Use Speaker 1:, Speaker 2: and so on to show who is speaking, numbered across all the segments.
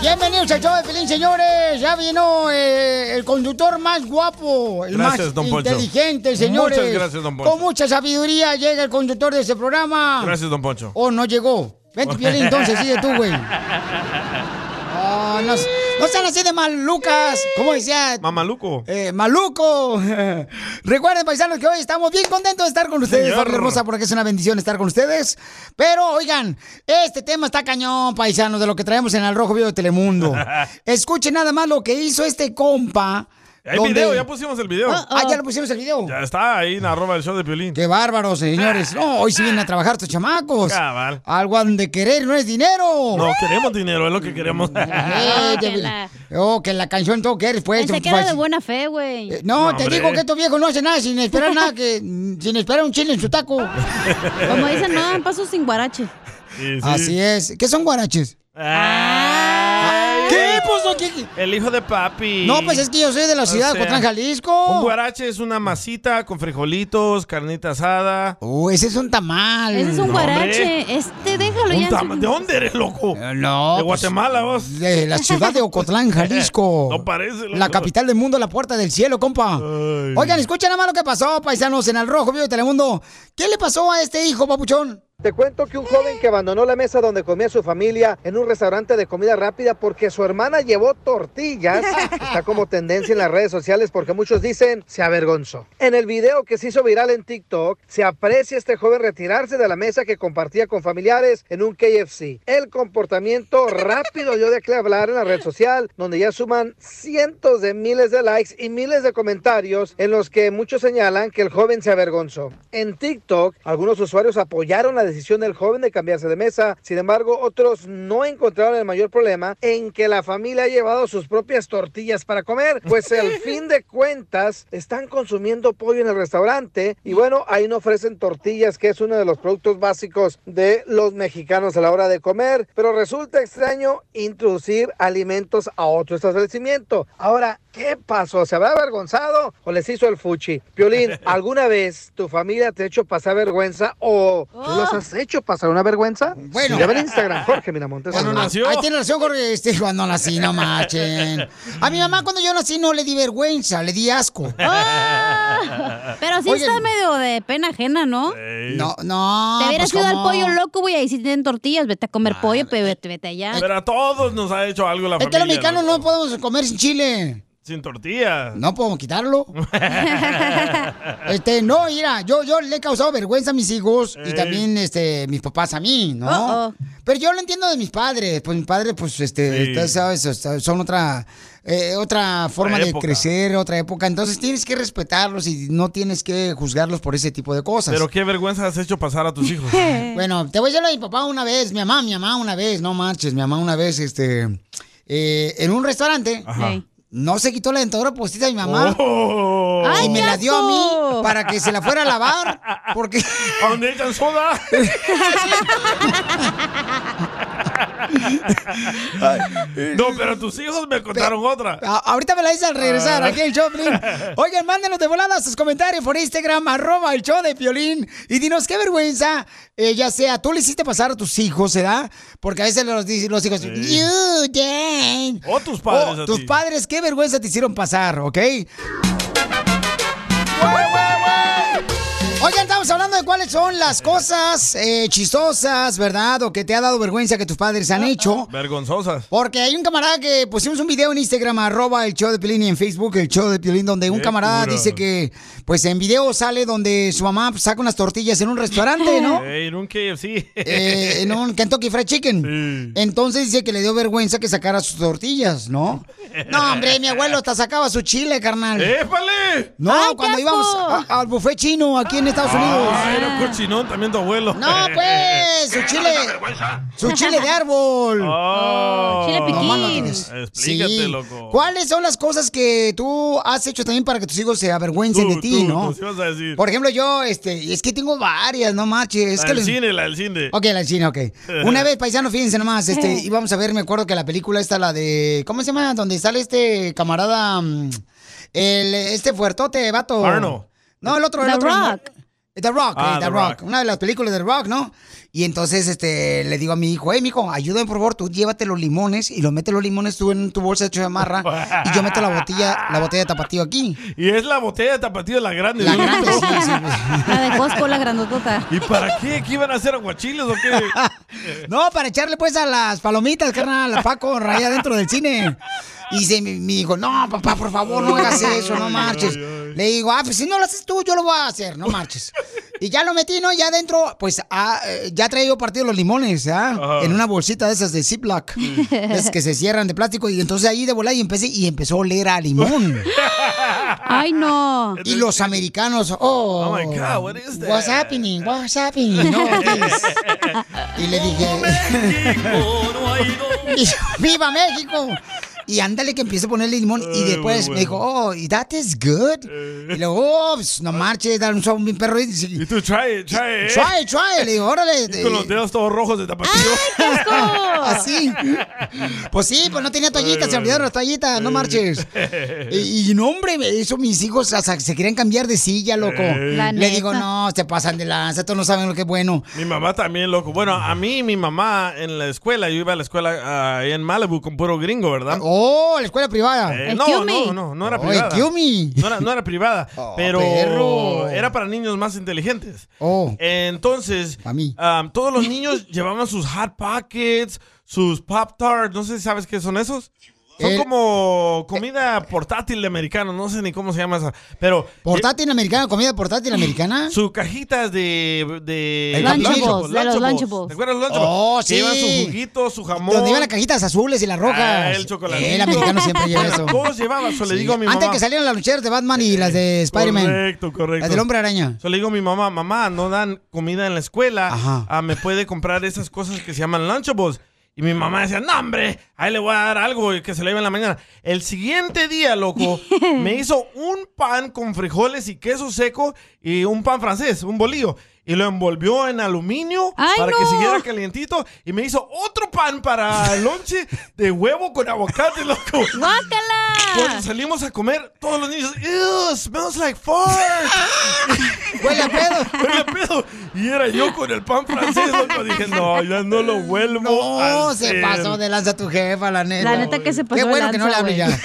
Speaker 1: Bienvenidos al show de Pelín, señores. Ya vino eh, el conductor más guapo, el
Speaker 2: Gracias,
Speaker 1: más
Speaker 2: don Poncho.
Speaker 1: inteligente, señores.
Speaker 2: Muchas gracias, don Poncho.
Speaker 1: Con mucha sabiduría llega el conductor de este programa.
Speaker 2: Gracias, don Poncho.
Speaker 1: O no llegó. Vente, Piolín, entonces, sigue tú, güey. Ah, no, no sean así de malucas. ¿Cómo decía?
Speaker 2: Mamaluco.
Speaker 1: Eh, maluco. Recuerden, paisanos, que hoy estamos bien contentos de estar con ustedes,
Speaker 2: Señor.
Speaker 1: familia hermosa, porque es una bendición estar con ustedes. Pero, oigan, este tema está cañón, paisanos, de lo que traemos en el Rojo Vivo de Telemundo. Escuchen nada más lo que hizo este compa.
Speaker 2: Hay
Speaker 1: donde-
Speaker 2: video, ya pusimos el video.
Speaker 1: Ah, ah, ya lo pusimos el video.
Speaker 2: Ya está ahí en arroba el show de Piolín. Ah.
Speaker 1: Qué bárbaros, señores. No, hoy sí vienen a trabajar tus chamacos.
Speaker 2: Cabal.
Speaker 1: Algo han de querer, no es dinero.
Speaker 2: No, queremos dinero, es lo que queremos.
Speaker 1: Eh,
Speaker 3: Ah, que
Speaker 1: te-
Speaker 3: la-
Speaker 1: Oh, que la canción todo quieres, pues.
Speaker 3: Pensé
Speaker 1: tú-
Speaker 3: que era
Speaker 1: fácil.
Speaker 3: de buena fe, güey.
Speaker 1: Eh, No,
Speaker 2: No,
Speaker 1: te
Speaker 2: hombre.
Speaker 1: digo que estos viejos no hacen nada sin esperar nada, que sin esperar un chile en su taco.
Speaker 3: Como dicen, no, en paso sin guarache.
Speaker 2: Sí, sí.
Speaker 1: pues, Así es. ¿Qué son guaraches?
Speaker 2: Ay,
Speaker 1: ¿Qué? Pues, no, ¿qué- qué?
Speaker 2: El hijo de papi.
Speaker 1: No, pues es que yo soy de la ciudad de
Speaker 2: sea,
Speaker 1: Cotlán,
Speaker 2: Un
Speaker 1: Jalisco.
Speaker 2: guarache es una masita con frijolitos, carnita asada.
Speaker 1: Oh, ese es un tamal.
Speaker 3: Ese es un
Speaker 2: No,
Speaker 3: guarache. Este, déjalo
Speaker 2: Un
Speaker 3: ya. en
Speaker 2: tama-
Speaker 3: su-
Speaker 2: ¿De dónde eres, loco?
Speaker 1: Eh, No.
Speaker 2: de
Speaker 1: pues,
Speaker 2: Guatemala, vos.
Speaker 1: de la ciudad de Ocotlán, Jalisco.
Speaker 2: No parece, loco.
Speaker 1: La capital del mundo, la puerta del cielo, compa.
Speaker 2: Ay.
Speaker 1: Oigan, escuchen nada más lo que pasó, paisanos, en el rojo, vivo de Telemundo. ¿Qué le pasó a este hijo, papuchón?
Speaker 4: Te cuento que un joven que abandonó la mesa donde comía su familia en un restaurante de comida rápida porque su hermana llevó tortillas está como tendencia en las redes sociales porque muchos dicen se avergonzó. En el video que se hizo viral en TikTok se aprecia a este joven retirarse de la mesa que compartía con familiares en un KFC. El comportamiento rápido dio de qué hablar en la red social donde ya suman cientos de miles de likes y miles de comentarios en los que muchos señalan que el joven se avergonzó. En TikTok, algunos usuarios apoyaron la decisión del joven de cambiarse de mesa, sin embargo, otros no encontraron el mayor problema en que la familia ha llevado sus propias tortillas para comer, pues al fin de cuentas están consumiendo pollo en el restaurante y bueno, ahí no ofrecen tortillas, que es uno de los productos básicos de los mexicanos a la hora de comer, pero resulta extraño introducir alimentos a otro establecimiento. Ahora, ¿qué pasó? ¿Se habrá avergonzado o les hizo el fuchi? Piolín, ¿alguna vez tu familia te ha hecho pasar vergüenza o tú los has hecho pasar una vergüenza?
Speaker 1: Bueno.
Speaker 4: Sígueme en Instagram, Jorge Miramontes.
Speaker 2: Bueno,
Speaker 4: uno.
Speaker 2: no. nació.
Speaker 1: Ahí tiene razón, Jorge. Este, cuando nací, no machen. A mi mamá, cuando yo nací, no le di vergüenza, le di asco.
Speaker 3: ¡Ah! Pero sí
Speaker 1: Oye.
Speaker 3: está medio de pena ajena, ¿no?
Speaker 2: Ey.
Speaker 1: No, no.
Speaker 3: Te hubieras
Speaker 1: pues,
Speaker 3: ido al
Speaker 1: ¿cómo?
Speaker 3: pollo loco, güey. Ahí sí tienen tortillas. Vete a comer
Speaker 2: Ah,
Speaker 3: pollo, pero vete, vete allá.
Speaker 2: Pero a todos nos ha hecho algo la
Speaker 1: Eh. Es
Speaker 2: familia.
Speaker 1: que los mexicanos
Speaker 2: loco.
Speaker 1: no podemos comer sin chile.
Speaker 2: Sin tortilla.
Speaker 1: No podemos quitarlo. este, no, mira, yo, yo le he causado vergüenza a mis hijos y
Speaker 2: Ey.
Speaker 1: también este, mis papás a mí, ¿no?
Speaker 3: Uh-oh.
Speaker 1: Pero yo lo entiendo de mis padres. Pues mis padres, pues, este,
Speaker 2: Sí.
Speaker 1: está- sabes, está- son otra. eh, otra forma de
Speaker 2: época.
Speaker 1: crecer, otra época. Entonces tienes que respetarlos y no tienes que juzgarlos por ese tipo de cosas.
Speaker 2: Pero qué vergüenza has hecho pasar a tus hijos. Oh.
Speaker 1: Bueno, te voy a decir lo de mi papá una vez, mi mamá, mi mamá una vez, no marches, mi mamá una vez, este, eh, en un restaurante,
Speaker 2: Ajá.
Speaker 3: Ey.
Speaker 1: no se quitó la dentadura postiza de mi mamá
Speaker 2: Oh.
Speaker 3: Ay,
Speaker 1: y me
Speaker 3: qué
Speaker 1: la dio a mí
Speaker 3: asco.
Speaker 1: para que se la fuera a lavar, porque
Speaker 2: ¿A dónde echan soda? no, pero tus hijos me contaron otra.
Speaker 1: a- Ah, ahorita me la hice al
Speaker 2: Ah.
Speaker 1: regresar aquí el show, Piolín. Oigan, mándenos de volada sus comentarios por Instagram, arroba el show de Piolín, y dinos qué vergüenza, eh, ya sea, tú le hiciste pasar a tus hijos, ¿verdad? Porque a veces los, di- los hijos, you dang".
Speaker 2: O tus padres
Speaker 1: Oh,
Speaker 2: a
Speaker 1: tus
Speaker 2: ti.
Speaker 1: padres, qué vergüenza te hicieron pasar, ¿ok? Oigan, estamos hablando de cuáles son las cosas eh, chistosas, ¿verdad? O que te ha dado vergüenza que tus padres han hecho.
Speaker 2: Vergonzosas.
Speaker 1: Porque hay un camarada que pusimos un video en Instagram, arroba el show de Piolín y en Facebook el show de Piolín, donde un
Speaker 2: Qué
Speaker 1: camarada
Speaker 2: cura.
Speaker 1: dice que, pues en video sale donde su mamá saca unas tortillas en un restaurante, ¿no?
Speaker 2: Ey, en un KFC.
Speaker 1: eh, en un Kentucky Fried Chicken.
Speaker 2: Sí.
Speaker 1: Entonces dice que le dio vergüenza que sacara sus tortillas, ¿no? No, hombre, mi abuelo hasta sacaba su chile, carnal.
Speaker 2: ¡Épale!
Speaker 1: No,
Speaker 3: ¡Ay, qué
Speaker 1: cuando
Speaker 3: asco!
Speaker 1: íbamos a- al buffet chino aquí en Estados Unidos.
Speaker 2: Ay, era un cochinón también tu abuelo.
Speaker 1: No, pues, su chile, su chile de árbol.
Speaker 2: Oh.
Speaker 3: Chile piquín.
Speaker 1: No más no tienes.
Speaker 2: Explícate,
Speaker 1: Sí.
Speaker 2: loco.
Speaker 1: ¿Cuáles son las cosas que tú has hecho también para que tus hijos se avergüencen
Speaker 2: Tú,
Speaker 1: de ti,
Speaker 2: tú,
Speaker 1: no?
Speaker 2: tú sí vas a decir.
Speaker 1: Por ejemplo, yo, este, es que tengo varias, no marches. Es
Speaker 2: la
Speaker 1: que
Speaker 2: del
Speaker 1: los-
Speaker 2: cine, la del cine.
Speaker 1: Ok, la China, ok. Una vez, paisano, fíjense nomás, este, íbamos a ver, me acuerdo que la película esta, la de, ¿cómo se llama? Donde sale este camarada, mm, el, este fuertote, vato.
Speaker 2: Arnold.
Speaker 1: No, el otro, el
Speaker 3: The
Speaker 1: otro.
Speaker 3: Rock.
Speaker 1: The Rock,
Speaker 2: Ah,
Speaker 1: eh, The,
Speaker 2: The
Speaker 1: Rock.
Speaker 2: Rock.
Speaker 1: Una de las películas de The Rock, ¿no? Y entonces este, le digo a mi hijo, hey, mijo, ayúdame por favor, tú llévate los limones y los mete los limones tú en tu bolsa de chamarra y yo meto la botella, la botella de tapatío aquí.
Speaker 2: Y es la botella de tapatío la grande.
Speaker 1: La
Speaker 2: ¿no?
Speaker 1: grande, sí, sí.
Speaker 3: La de Costco, la grandotota.
Speaker 2: ¿Y para qué? ¿Qué iban a hacer aguachiles o qué?
Speaker 1: No, para echarle pues a las palomitas, carnal, a Paco, raya dentro del cine. Y se, mi, mi hijo, no, papá, por favor, no hagas eso, no marches. Le digo, ah, pues si no lo haces tú, yo lo voy a hacer, no marches. Y ya lo metí, ¿no? Ya dentro, pues ah, eh, ya traía yo partido los limones, ¿ah?
Speaker 2: Ajá.
Speaker 1: En una bolsita de esas de Ziploc, es que se cierran de plástico. Y entonces ahí de volar y empecé, y empezó a oler a limón.
Speaker 3: Ay, no.
Speaker 1: y los americanos, oh,
Speaker 2: Oh my God, what is that?
Speaker 1: what's happening, what's happening, no, please. Y le dije, ¡Viva México! Y ándale que empieza a ponerle limón y después me dijo, oh, y that is good. Y luego, oh, pues, no marches, dar un sabor bien perro. Y, dice,
Speaker 2: Eh. Y tú, try it, try it.
Speaker 1: try, try. Le digo, órale.
Speaker 2: Y Con los
Speaker 1: eh,
Speaker 2: dedos todos rojos de tapatío.
Speaker 1: Así. Pues sí, pues no tenía toallitas, se olvidaron las toallitas,
Speaker 2: Eh.
Speaker 1: no marches. Y, y no, hombre, eso mis hijos hasta se querían cambiar de silla, loco.
Speaker 2: Eh.
Speaker 3: La
Speaker 1: Le digo,
Speaker 3: neta.
Speaker 1: no, se pasan de lanza, estos no saben lo que es bueno.
Speaker 2: Mi mamá también, loco. Bueno, a mí, mi mamá en la escuela, yo iba a la escuela ah, ahí en Malibu con puro gringo, ¿verdad?
Speaker 1: Oh, la escuela privada.
Speaker 2: Eh,
Speaker 3: El
Speaker 2: no,
Speaker 3: Kiumi.
Speaker 2: no, no, no era
Speaker 1: Oye,
Speaker 2: privada.
Speaker 1: Kiumi.
Speaker 2: No era, no era privada,
Speaker 1: Oh,
Speaker 2: pero
Speaker 1: perro.
Speaker 2: era para niños más inteligentes.
Speaker 1: Oh.
Speaker 2: Entonces,
Speaker 1: Pa' mí.
Speaker 2: am, todos los niños llevaban sus Hot Pockets, sus Pop Tarts, no sé si sabes qué son esos. Son
Speaker 1: El-
Speaker 2: como comida portátil de americano, no sé ni cómo se llama esa. Pero
Speaker 1: Portátil americana, comida portátil americana.
Speaker 2: sus cajitas de. de
Speaker 1: El Lunchables,
Speaker 3: de los Lunchables.
Speaker 2: ¿Te acuerdas de los Lunchables?
Speaker 1: Oh, sí.
Speaker 2: Que Llevan su juguito, su jamón.
Speaker 1: Donde iban las cajitas azules y las rojas.
Speaker 2: Ah, el chocolate.
Speaker 1: El americano siempre lleva
Speaker 2: Bueno,
Speaker 1: eso.
Speaker 2: Todos llevaban, eso le digo a mi mamá.
Speaker 1: Antes que salieran las lucheras de Batman y las de Spider-Man.
Speaker 2: Correcto, correcto.
Speaker 1: Las del hombre araña.
Speaker 2: Yo le digo a mi mamá, mamá, no dan comida en la escuela.
Speaker 1: Ajá.
Speaker 2: Ah, me puede comprar esas cosas que se llaman lunchables. Y mi mamá decía, no, hombre, ahí le voy a dar algo y que se lo lleve en la mañana. El siguiente día, loco, me hizo un pan con frijoles y queso seco y un pan francés, un bolillo. Y lo envolvió en aluminio
Speaker 3: ¡Ay,
Speaker 2: para
Speaker 3: no!
Speaker 2: que siguiera calientito. Y me hizo otro pan para lonche de huevo con aguacate, loco. Cuando
Speaker 3: ¡Guácala!
Speaker 2: salimos a comer, todos los niños, ew, smells like fart.
Speaker 1: Huele a pedo.
Speaker 2: Oiga, pedo. Y era yo con el pan francés, loco. Dije, no, ya no lo vuelvo a
Speaker 1: No, Oh, se
Speaker 2: hacer".
Speaker 1: pasó de lanza tu jefa, la neta.
Speaker 3: La neta que se pasó
Speaker 1: Qué
Speaker 3: de
Speaker 1: bueno que no le
Speaker 3: lanza,
Speaker 1: hable ya.
Speaker 3: güey.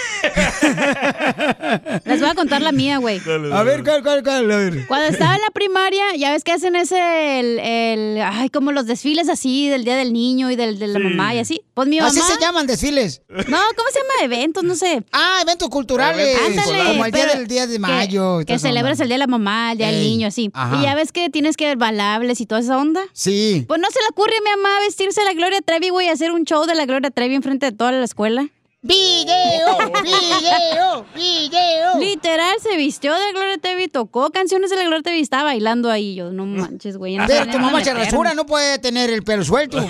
Speaker 3: Les voy a contar la mía, güey.
Speaker 2: Dale, dale.
Speaker 1: A ver, ¿cuál, cuál, cuál? A ver.
Speaker 3: Cuando estaba en la primaria, ya ves que hacen ese, el, el- ay, como los desfiles así del Día del Niño y del de la
Speaker 2: Sí.
Speaker 3: mamá y así. Pues mi mamá.
Speaker 1: Así se llaman desfiles.
Speaker 3: No, ¿cómo se llama? Eventos, no sé.
Speaker 1: Ah, eventos culturales.
Speaker 2: Eventos
Speaker 3: Ándale.
Speaker 1: Como el día
Speaker 3: pero
Speaker 1: del día de
Speaker 3: que-
Speaker 1: mayo. y
Speaker 3: Que,
Speaker 1: todas esas
Speaker 3: celebras
Speaker 1: ondas.
Speaker 3: el Día de la Mamá, el Día del
Speaker 1: Ey,
Speaker 3: Niño, así.
Speaker 1: ajá.
Speaker 3: Y ya ves que tienes que ver balables y toda esa onda.
Speaker 1: Sí.
Speaker 3: Pues no se le ocurre a mi mamá vestirse de la Gloria Trevi, güey, y hacer un show de la Gloria Trevi enfrente de toda la escuela.
Speaker 1: Video, video, video.
Speaker 3: Literal, se vistió de la Gloria Trevi, tocó canciones de la Gloria Trevi y estaba bailando ahí. Yo, no manches, güey. no
Speaker 1: Pero
Speaker 3: sé,
Speaker 1: tu
Speaker 3: no
Speaker 1: mamá se
Speaker 3: meterme.
Speaker 1: rasura, no puede tener el pelo suelto.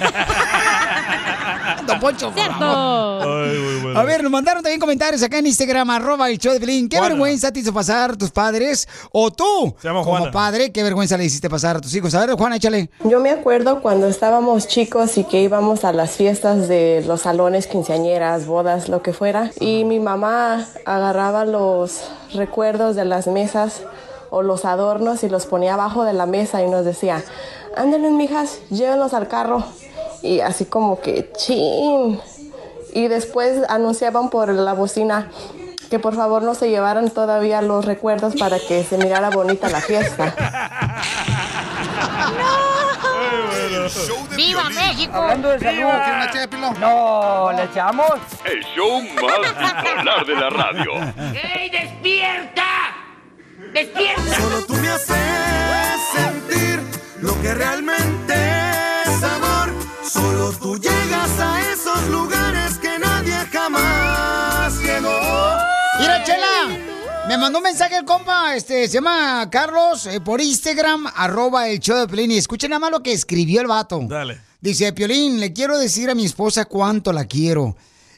Speaker 1: Don Poncho, por favor.
Speaker 3: Cierto.
Speaker 2: Ay, muy bueno.
Speaker 1: A ver, nos mandaron también comentarios acá en Instagram, arroba el show de Pelín. ¿Qué
Speaker 2: Juana.
Speaker 1: vergüenza te hizo pasar tus padres? O tú,
Speaker 2: Se llama
Speaker 1: como
Speaker 2: Juana.
Speaker 1: padre, ¿qué vergüenza le hiciste pasar a tus hijos? A ver, Juana, échale.
Speaker 5: Yo me acuerdo cuando estábamos chicos y que íbamos a las fiestas de los salones, quinceañeras, bodas, lo que fuera, y mi mamá agarraba los recuerdos de las mesas o los adornos y los ponía abajo de la mesa y nos decía, ándenles mijas, llévenlos al carro. Y así como que, chin. Y después anunciaban por la bocina que por favor no se llevaran todavía los recuerdos para que se mirara bonita la fiesta.
Speaker 1: ¡Viva México!
Speaker 6: Hablando de salud. No, ¿le echamos?
Speaker 7: El show más bipolar de la radio.
Speaker 8: ¡Ey, despierta! ¡Despierta!
Speaker 9: Solo tú me haces sentir lo que realmente es amor. Solo tú llegas a esos lugares que nadie jamás llegó.
Speaker 1: Mira, Chela, me mandó un mensaje el compa, este, se llama Carlos, eh, por Instagram, arroba el show de Pelín. Y escuchen nada más lo que escribió el vato.
Speaker 2: Dale.
Speaker 1: Dice, Piolín, le quiero decir a mi esposa cuánto la quiero.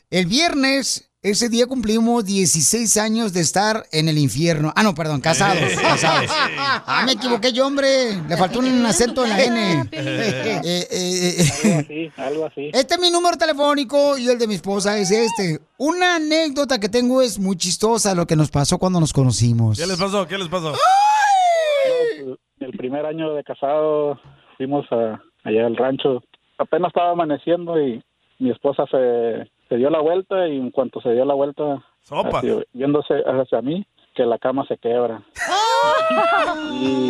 Speaker 1: El viernes, ese día cumplimos 16 años de estar en el infierno. Ah, no, perdón, casados, casados. Ah, me equivoqué yo, hombre. Le faltó un acento en la N. Eh, eh, eh,
Speaker 10: Sí, algo así.
Speaker 1: Este es mi número telefónico y el de mi esposa es este. Una anécdota que tengo es muy chistosa lo que nos pasó cuando nos conocimos.
Speaker 2: ¿Qué les pasó? ¿Qué les pasó?
Speaker 10: Pues, el primer año de casado fuimos a, allá al rancho. Apenas estaba amaneciendo y mi esposa se, se dio la vuelta y en cuanto se dio la vuelta,
Speaker 2: Sopas.
Speaker 10: así, viéndose hacia mí, que la cama se quebra. Y,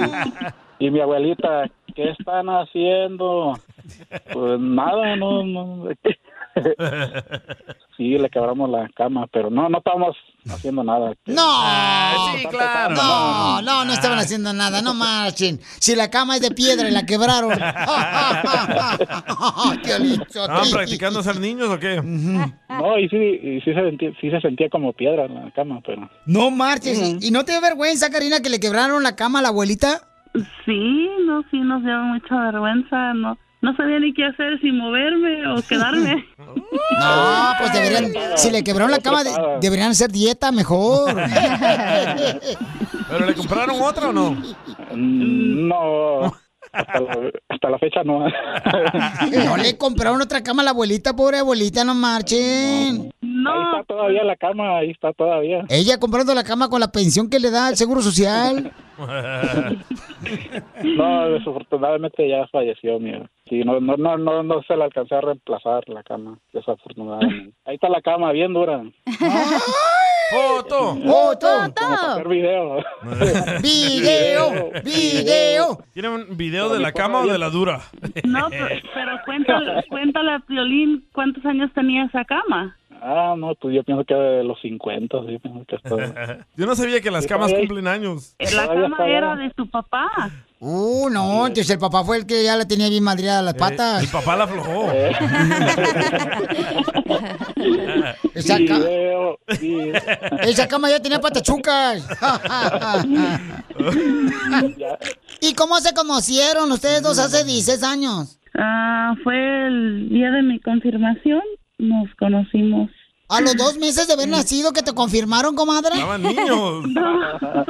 Speaker 10: y mi abuelita, ¿qué están haciendo? Pues nada, no, no. Sí, le quebramos la cama, pero no, no estábamos haciendo nada.
Speaker 1: No.
Speaker 10: Ah,
Speaker 2: Ah,
Speaker 10: sí, claro. Ah.
Speaker 1: No, no, no estaban haciendo nada, no marchen. Si la cama es de piedra y la quebraron. Piolín Sotelo.
Speaker 2: ¿Estaban practicando ser niños o qué?
Speaker 10: Ah. No, y sí, y sí, se sentía, sí se sentía como piedra en la cama, pero...
Speaker 1: No marches. ¿Y- ¿Y no te da vergüenza, Karina, que le quebraron la cama a la abuelita?
Speaker 6: Sí, no, sí nos dio mucha vergüenza, no, no sabía ni qué hacer, si moverme o quedarme.
Speaker 1: No, pues deberían, si le quebraron la cama, de- deberían hacer dieta mejor.
Speaker 2: ¿Pero le compraron otra o no?
Speaker 10: Mm, No, hasta la, hasta la fecha no.
Speaker 1: No le compraron otra cama a la abuelita, pobre abuelita, no marchen.
Speaker 10: Ahí está todavía la cama, ahí está todavía.
Speaker 1: Ella comprando la cama con la pensión que le da el Seguro Social.
Speaker 10: No, desafortunadamente ya falleció, mira. Sí, no, no, no, no, no se le alcancé a reemplazar la cama, desafortunadamente. Ahí está la cama, bien dura.
Speaker 2: ¡Foto!
Speaker 1: ¡Foto!
Speaker 10: Hacer video.
Speaker 1: ¡Video! ¡Video!
Speaker 2: ¿Tienen un video de la cama o de la dura?
Speaker 6: No, pero, pero cuéntale, cuéntale a Piolín cuántos años tenía esa cama.
Speaker 10: Ah, no, pues yo pienso que de los 50, yo pienso que esto...
Speaker 2: Yo no sabía que las camas cumplen años.
Speaker 6: Eh, La cama era de su papá.
Speaker 1: Uh, no, entonces el papá fue el que ya la tenía bien madreada
Speaker 10: Eh,
Speaker 1: las patas.
Speaker 2: El papá la aflojó.
Speaker 1: Eh. Esa, ca-
Speaker 10: Video,
Speaker 1: esa cama ya tenía patachucas. ¿Y cómo se conocieron ustedes dos hace 16 años?
Speaker 6: Ah, fue el día de mi confirmación, nos conocimos.
Speaker 1: ¿A los dos meses de haber nacido que te confirmaron, comadre?
Speaker 2: Estaban niños.
Speaker 6: No,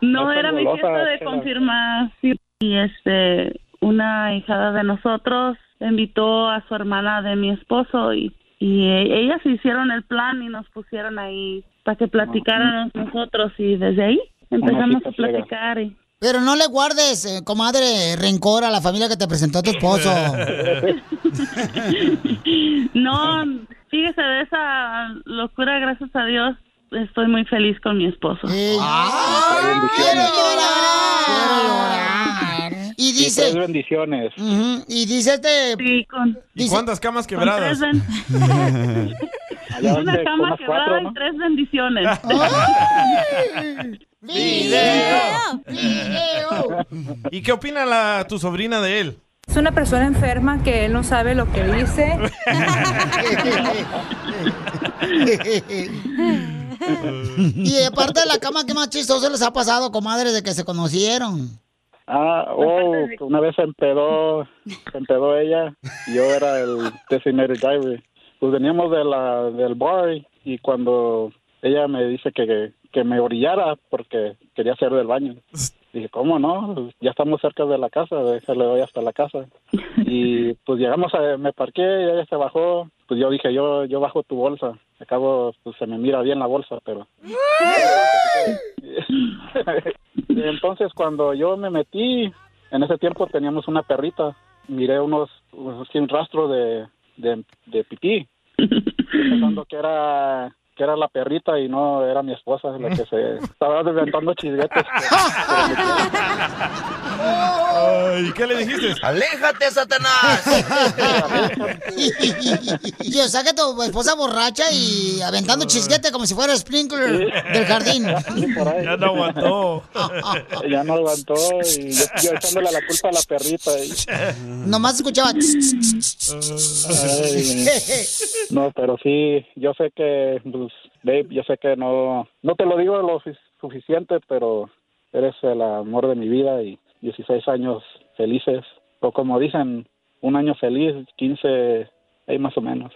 Speaker 1: No
Speaker 6: era
Speaker 1: tan
Speaker 6: mi
Speaker 1: golosa,
Speaker 6: fiesta de
Speaker 1: Chela.
Speaker 6: confirmación. Y este, una hijada de nosotros invitó a su hermana de mi esposo y, y e- ellas hicieron el plan y nos pusieron ahí para que platicáramos nosotros y desde ahí empezamos
Speaker 1: cita
Speaker 6: a
Speaker 1: ciega.
Speaker 6: platicar. Y,
Speaker 1: Pero no le guardes, eh, comadre, rencor a la familia que te presentó a tu esposo.
Speaker 6: no, fíjese de esa locura, gracias a Dios, estoy muy feliz con mi esposo.
Speaker 1: Eh, Ah, ¡Quiero llorar! ¡Quiero llorar! Y dice...
Speaker 10: Tres bendiciones.
Speaker 1: Ujú, Y dice este...
Speaker 2: ¿Y cuántas camas
Speaker 1: con
Speaker 2: quebradas?
Speaker 1: tres ben-
Speaker 10: Allá
Speaker 6: Una
Speaker 10: donde-
Speaker 6: cama
Speaker 10: unas
Speaker 6: quebrada
Speaker 10: cuatro,
Speaker 6: y
Speaker 10: ¿no?
Speaker 6: tres bendiciones.
Speaker 2: ¿Y qué opina la, tu sobrina de él?
Speaker 3: Es una persona enferma que él no sabe lo que dice.
Speaker 1: Y aparte de la cama, ¿qué más chistoso les ha pasado, comadre, de que se conocieron?
Speaker 10: Ah, oh, una vez se empedó, se empedó ella, y yo era el designated driver. Pues veníamos de la, del bar y cuando ella me dice que, que me orillara porque quería hacer del baño. Dije, ¿cómo no? Ya estamos cerca de la casa, déjale doy hasta la casa. Y pues llegamos, a, me parqué y ella se bajó. Pues yo dije, yo, yo bajo tu bolsa. Acabo, pues se me mira bien la bolsa, pero entonces cuando yo me metí, en ese tiempo teníamos una perrita, miré unos, unos un rastro de, de, de pipí, pensando que era que era la perrita y no era mi esposa la que se estaba inventando chisguetes.
Speaker 2: Ay, ¿Qué le dijiste?
Speaker 1: ¡Aléjate, Satanás! y o sea que tu esposa borracha y aventando chisquete como si fuera sprinkler del jardín.
Speaker 2: Ya no aguantó.
Speaker 10: ya no aguantó y yo, yo echándole la culpa a la perrita. y-
Speaker 1: Nomás escuchaba.
Speaker 10: Ay, no, pero sí, yo sé que, pues, babe, yo sé que no, no te lo digo lo su- suficiente, pero eres el amor de mi vida y 16 años felices, o como dicen, un año feliz, 15, ahí más o menos.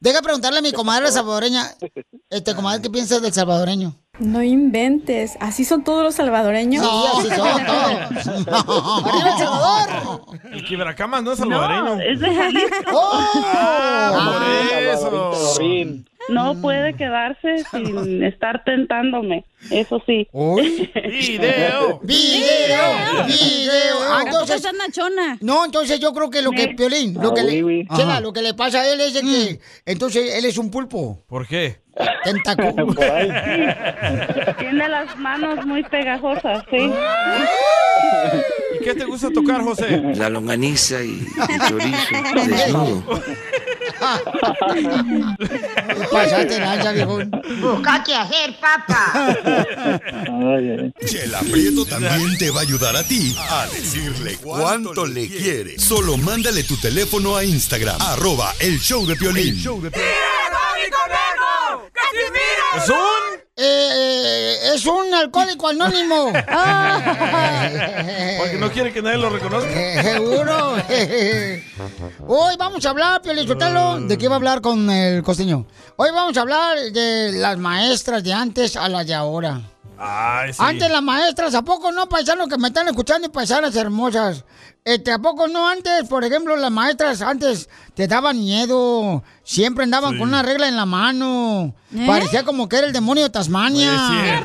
Speaker 1: Deja preguntarle a mi comadre salvadoreña. Este, comadre, ¿qué piensas del salvadoreño?
Speaker 3: No inventes, así son todos los salvadoreños.
Speaker 1: Sí, así son todos. ¡Arriba el Salvador!
Speaker 2: El quibracamas no es salvadoreño.
Speaker 6: es de Jalisco.
Speaker 1: ¡Oh!
Speaker 2: Ah, por eso.
Speaker 6: No puede quedarse
Speaker 1: Mm.
Speaker 6: sin estar tentándome, eso sí.
Speaker 2: ¡Video!
Speaker 1: ¡Video! ¡Video! Ah,
Speaker 9: Tampoco
Speaker 1: entonces,
Speaker 9: estás nachona.
Speaker 1: no, entonces yo creo que lo que, Piolín, lo
Speaker 9: Ah,
Speaker 1: que,
Speaker 9: oui, oui.
Speaker 1: le, Chela,
Speaker 9: Ajá.
Speaker 1: lo que le pasa a él es de que, entonces, él es un pulpo.
Speaker 2: ¿Por qué?
Speaker 1: Tentaculo.
Speaker 6: Tiene las manos muy pegajosas, sí.
Speaker 1: Ah.
Speaker 2: ¿Y qué te gusta tocar, José?
Speaker 11: La longaniza y el chorizo desnudo.
Speaker 1: Pasaste lanza, viejón.
Speaker 12: Busca qué hacer, papá.
Speaker 13: El aprieto también te va a ayudar a ti a decirle cuánto le quieres. Solo mándale tu teléfono a Instagram, arroba el show de Piolín.
Speaker 2: ¡Es un!
Speaker 1: eh, es un alcohólico anónimo.
Speaker 2: Porque no quiere que nadie lo reconozca.
Speaker 1: Seguro. Hoy vamos a hablar, Piolín Sotelo, ¿de qué va a hablar con el costeño? Hoy vamos a hablar de las maestras de antes a las de ahora.
Speaker 2: Ay, sí.
Speaker 1: Antes las maestras, ¿a poco no, paisanos que me están escuchando y paisanas hermosas? Este, ¿A poco no antes, por ejemplo, las maestras antes te daban miedo? Siempre andaban con una regla en la mano. Parecía como que era el demonio de Tasmania.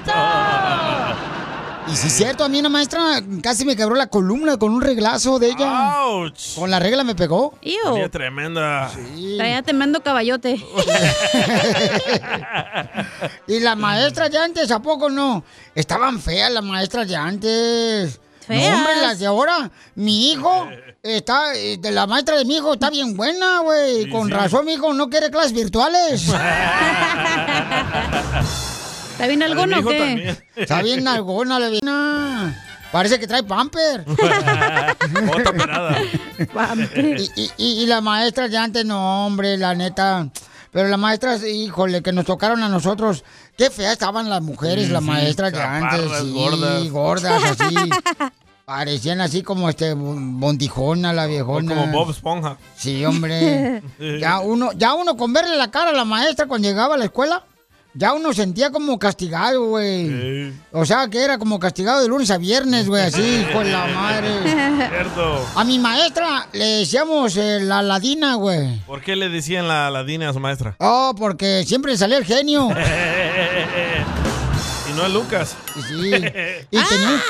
Speaker 1: Y si es cierto, a mí una maestra casi me quebró la columna con un reglazo de ella. Con la regla me pegó.
Speaker 2: Sería tremenda.
Speaker 9: Traía tremendo caballote.
Speaker 1: Y las maestras de antes, ¿a poco no? Estaban feas las maestras de antes.
Speaker 9: Feas.
Speaker 1: No, hombre, las de ahora. Mi hijo está, eh, de la maestra de mi hijo está bien buena, güey. Con razón, mi hijo no quiere clases virtuales.
Speaker 9: ¿Está bien alguno o qué?
Speaker 1: Está bien alguna, la vina. Parece que trae pamper.
Speaker 2: Otra parada.
Speaker 1: y, y- y- y las maestras de antes, no, hombre, la neta. Pero las maestras, híjole, que nos tocaron a nosotros. Qué feas estaban las mujeres,
Speaker 2: Sí,
Speaker 1: las
Speaker 2: sí,
Speaker 1: maestras de
Speaker 2: chaparras,
Speaker 1: antes. Sí,
Speaker 2: gordas.
Speaker 1: gordas. así. Parecían así como este bondijona, la viejona.
Speaker 2: Como Bob Esponja.
Speaker 1: Sí, hombre. Ya uno, ya uno con verle la cara a la maestra cuando llegaba a la escuela, ya uno sentía como castigado, güey. O sea, que era como castigado de lunes a viernes, güey, así, con la madre.
Speaker 2: Cierto.
Speaker 1: A mi maestra le decíamos eh, la ladina, güey.
Speaker 2: ¿Por qué le decían la ladina a su maestra?
Speaker 1: Oh, porque siempre salía el genio.
Speaker 2: y no a Lucas.
Speaker 1: Pues Sí. Y
Speaker 3: Ah.
Speaker 1: tenía, un-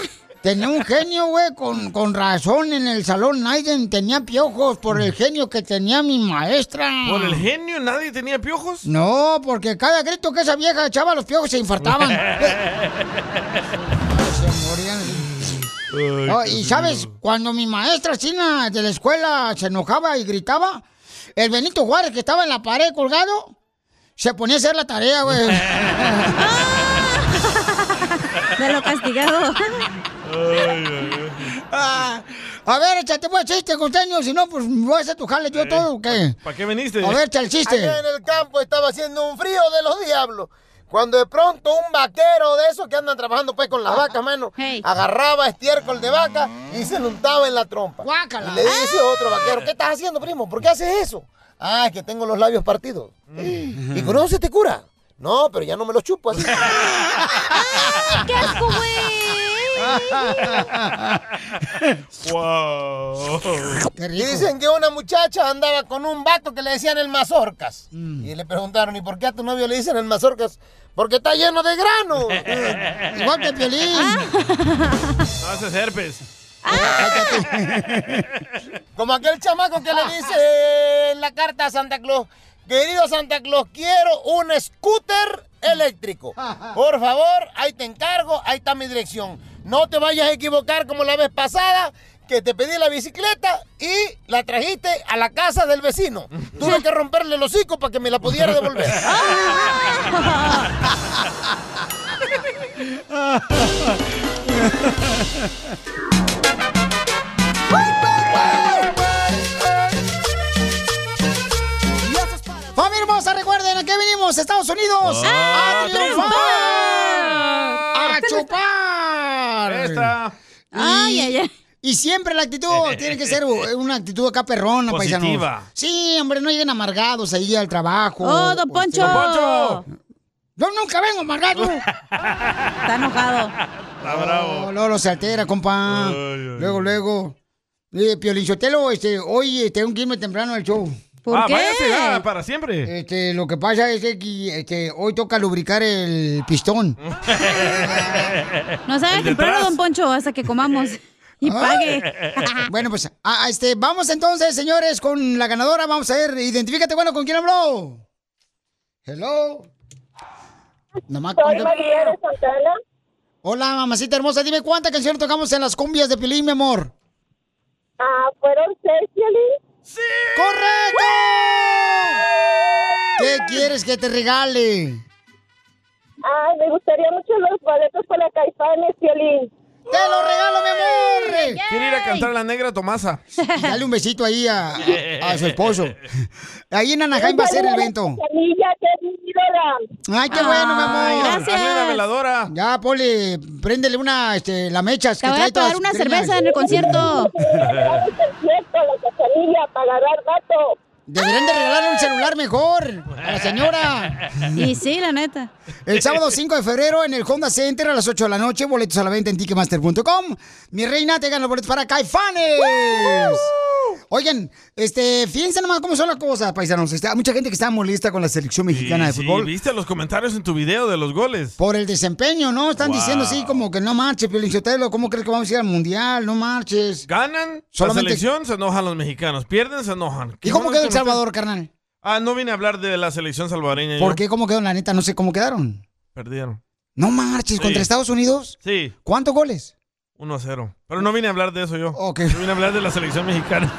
Speaker 1: tenía un genio, güey, con, con razón en el salón. Nadie tenía piojos por el genio que tenía mi maestra.
Speaker 2: ¿Por el genio nadie tenía piojos?
Speaker 1: No, porque cada grito que esa vieja echaba los piojos se infartaban. Oh, y sabes, cuando mi maestra China de la escuela se enojaba y gritaba, el Benito Juárez que estaba en la pared colgado, se ponía a hacer la tarea, güey. De lo castigado. Ah, a ver, échate pues chiste, costeño, si no, pues voy a hacer tu jale yo todo, ¿o ¿qué?
Speaker 2: ¿Para qué viniste?
Speaker 1: A ver, echa el chiste.
Speaker 14: Allá en el campo estaba haciendo un frío de los diablos. Cuando de pronto un vaquero de esos que andan trabajando pues con las vacas, mano, agarraba estiércol de vaca y se lo untaba en la trompa.
Speaker 1: Guácala.
Speaker 14: Y le
Speaker 9: Ah.
Speaker 14: dice otro vaquero, ¿qué estás haciendo, primo? ¿Por qué haces eso? Ah, es que tengo los labios partidos.
Speaker 9: Mm.
Speaker 14: ¿Y con eso se te cura? No, pero ya no me los chupo así.
Speaker 9: ¡Qué asco, güey!
Speaker 2: wow.
Speaker 14: Y dicen que una muchacha andaba con un vato que le decían el mazorcas.
Speaker 1: Mm.
Speaker 14: Y le preguntaron, ¿y por qué a tu novio le dicen el mazorcas? Porque está lleno de grano.
Speaker 1: Igual que Piolín.
Speaker 2: No haces herpes.
Speaker 3: Ah.
Speaker 14: Como aquel chamaco que
Speaker 1: Ah.
Speaker 14: le dice en la carta a Santa Claus, querido Santa Claus, quiero un scooter eléctrico.
Speaker 1: Ah,
Speaker 14: Por favor, ahí te encargo, ahí está mi dirección. No te vayas a equivocar como la vez pasada, que te pedí la bicicleta y la trajiste a la casa del vecino. Tuve que romperle el hocico para que me la pudiera devolver.
Speaker 1: ¡Familia hermosa! Recuerden, ¿a qué venimos? ¡Estados Unidos! ¡A triunfar! ¡A chupar!
Speaker 2: Esta.
Speaker 1: Ay, ay, ay. Y siempre la actitud tiene que ser una actitud acá perrona,
Speaker 2: Positiva.
Speaker 1: paisanos. Sí, hombre, no lleguen amargados ahí al trabajo. Este,
Speaker 9: ¡Oh, don Poncho! ¡Don Poncho!
Speaker 1: Yo nunca vengo amargado.
Speaker 9: Está enojado.
Speaker 2: Está bravo.
Speaker 1: No, Lolo se altera, compa. luego, luego. Eh, Piolichotelo, este, hoy eh, tengo que irme este, temprano al show.
Speaker 3: ¿Por
Speaker 2: ah,
Speaker 3: qué?
Speaker 2: vaya cegada para siempre.
Speaker 1: Este, lo que pasa es que qui- este, hoy toca lubricar el pistón.
Speaker 3: No sabe comprarlo, don Poncho, hasta que comamos. Y pague.
Speaker 1: Ah. bueno, pues a- a este, vamos entonces, señores, con la ganadora. Vamos a ver, identifícate, bueno, ¿con quién habló? Hello. Nomás
Speaker 14: Soy
Speaker 1: con-
Speaker 14: María de Santana.
Speaker 1: Hola, mamacita hermosa. Dime cuántas canciones tocamos en las cumbias de Pilín, mi amor.
Speaker 14: Ah, ¿fueron seis, Piolín?
Speaker 1: ¡Sí! ¡Correcto! ¿Qué quieres que te regale?
Speaker 14: Ay, me gustaría mucho los boletos para Caifanes, Piolín.
Speaker 1: ¡Te lo regalo, mi amor!
Speaker 2: Quiere ir a cantar la negra Tomasa.
Speaker 1: Dale un besito ahí a, a- a su esposo. Ahí en Anaheim va a ser el evento. Ay, qué bueno, mi
Speaker 2: Ay,
Speaker 1: amor.
Speaker 2: hazle una veladora.
Speaker 1: Ya, Poli, préndele una, este, la mechas.
Speaker 3: Te voy a pagar una cerveza en el concierto.
Speaker 1: Deberían de regalarle un celular mejor a la señora.
Speaker 3: Y sí, la neta.
Speaker 1: El sábado 5 de febrero en el Honda Center a las 8 de la noche, boletos a la venta en ticketmaster.com. Mi reina, te ganan los boletos para Caifanes. Oigan, este, fíjense nomás cómo son las cosas, paisanos. Este, hay mucha gente que está molesta con la selección mexicana de
Speaker 2: Sí,
Speaker 1: fútbol.
Speaker 2: viste los comentarios en tu video de los goles.
Speaker 1: Por el desempeño, ¿no? Están
Speaker 2: Wow.
Speaker 1: diciendo así como que no marches, Piolinchotelo, ¿cómo crees que vamos a ir al mundial? No marches.
Speaker 2: Ganan
Speaker 1: Solamente-
Speaker 2: la selección, se enojan los mexicanos. Pierden, se enojan.
Speaker 1: ¿Y cómo
Speaker 2: no
Speaker 1: quedó El
Speaker 2: conocen-
Speaker 1: Salvador, carnal?
Speaker 2: Ah, no vine a hablar de la selección salvadoreña.
Speaker 1: ¿Por
Speaker 2: yo.
Speaker 1: qué? ¿Cómo quedó? La neta, no sé cómo quedaron.
Speaker 2: Perdieron.
Speaker 1: No marches,
Speaker 2: Sí.
Speaker 1: contra Estados Unidos.
Speaker 2: Sí,
Speaker 1: ¿Cuántos goles?
Speaker 2: 1 a 0. Pero no vine a hablar de eso yo.
Speaker 1: Ok.
Speaker 2: Yo vine a hablar de la selección mexicana.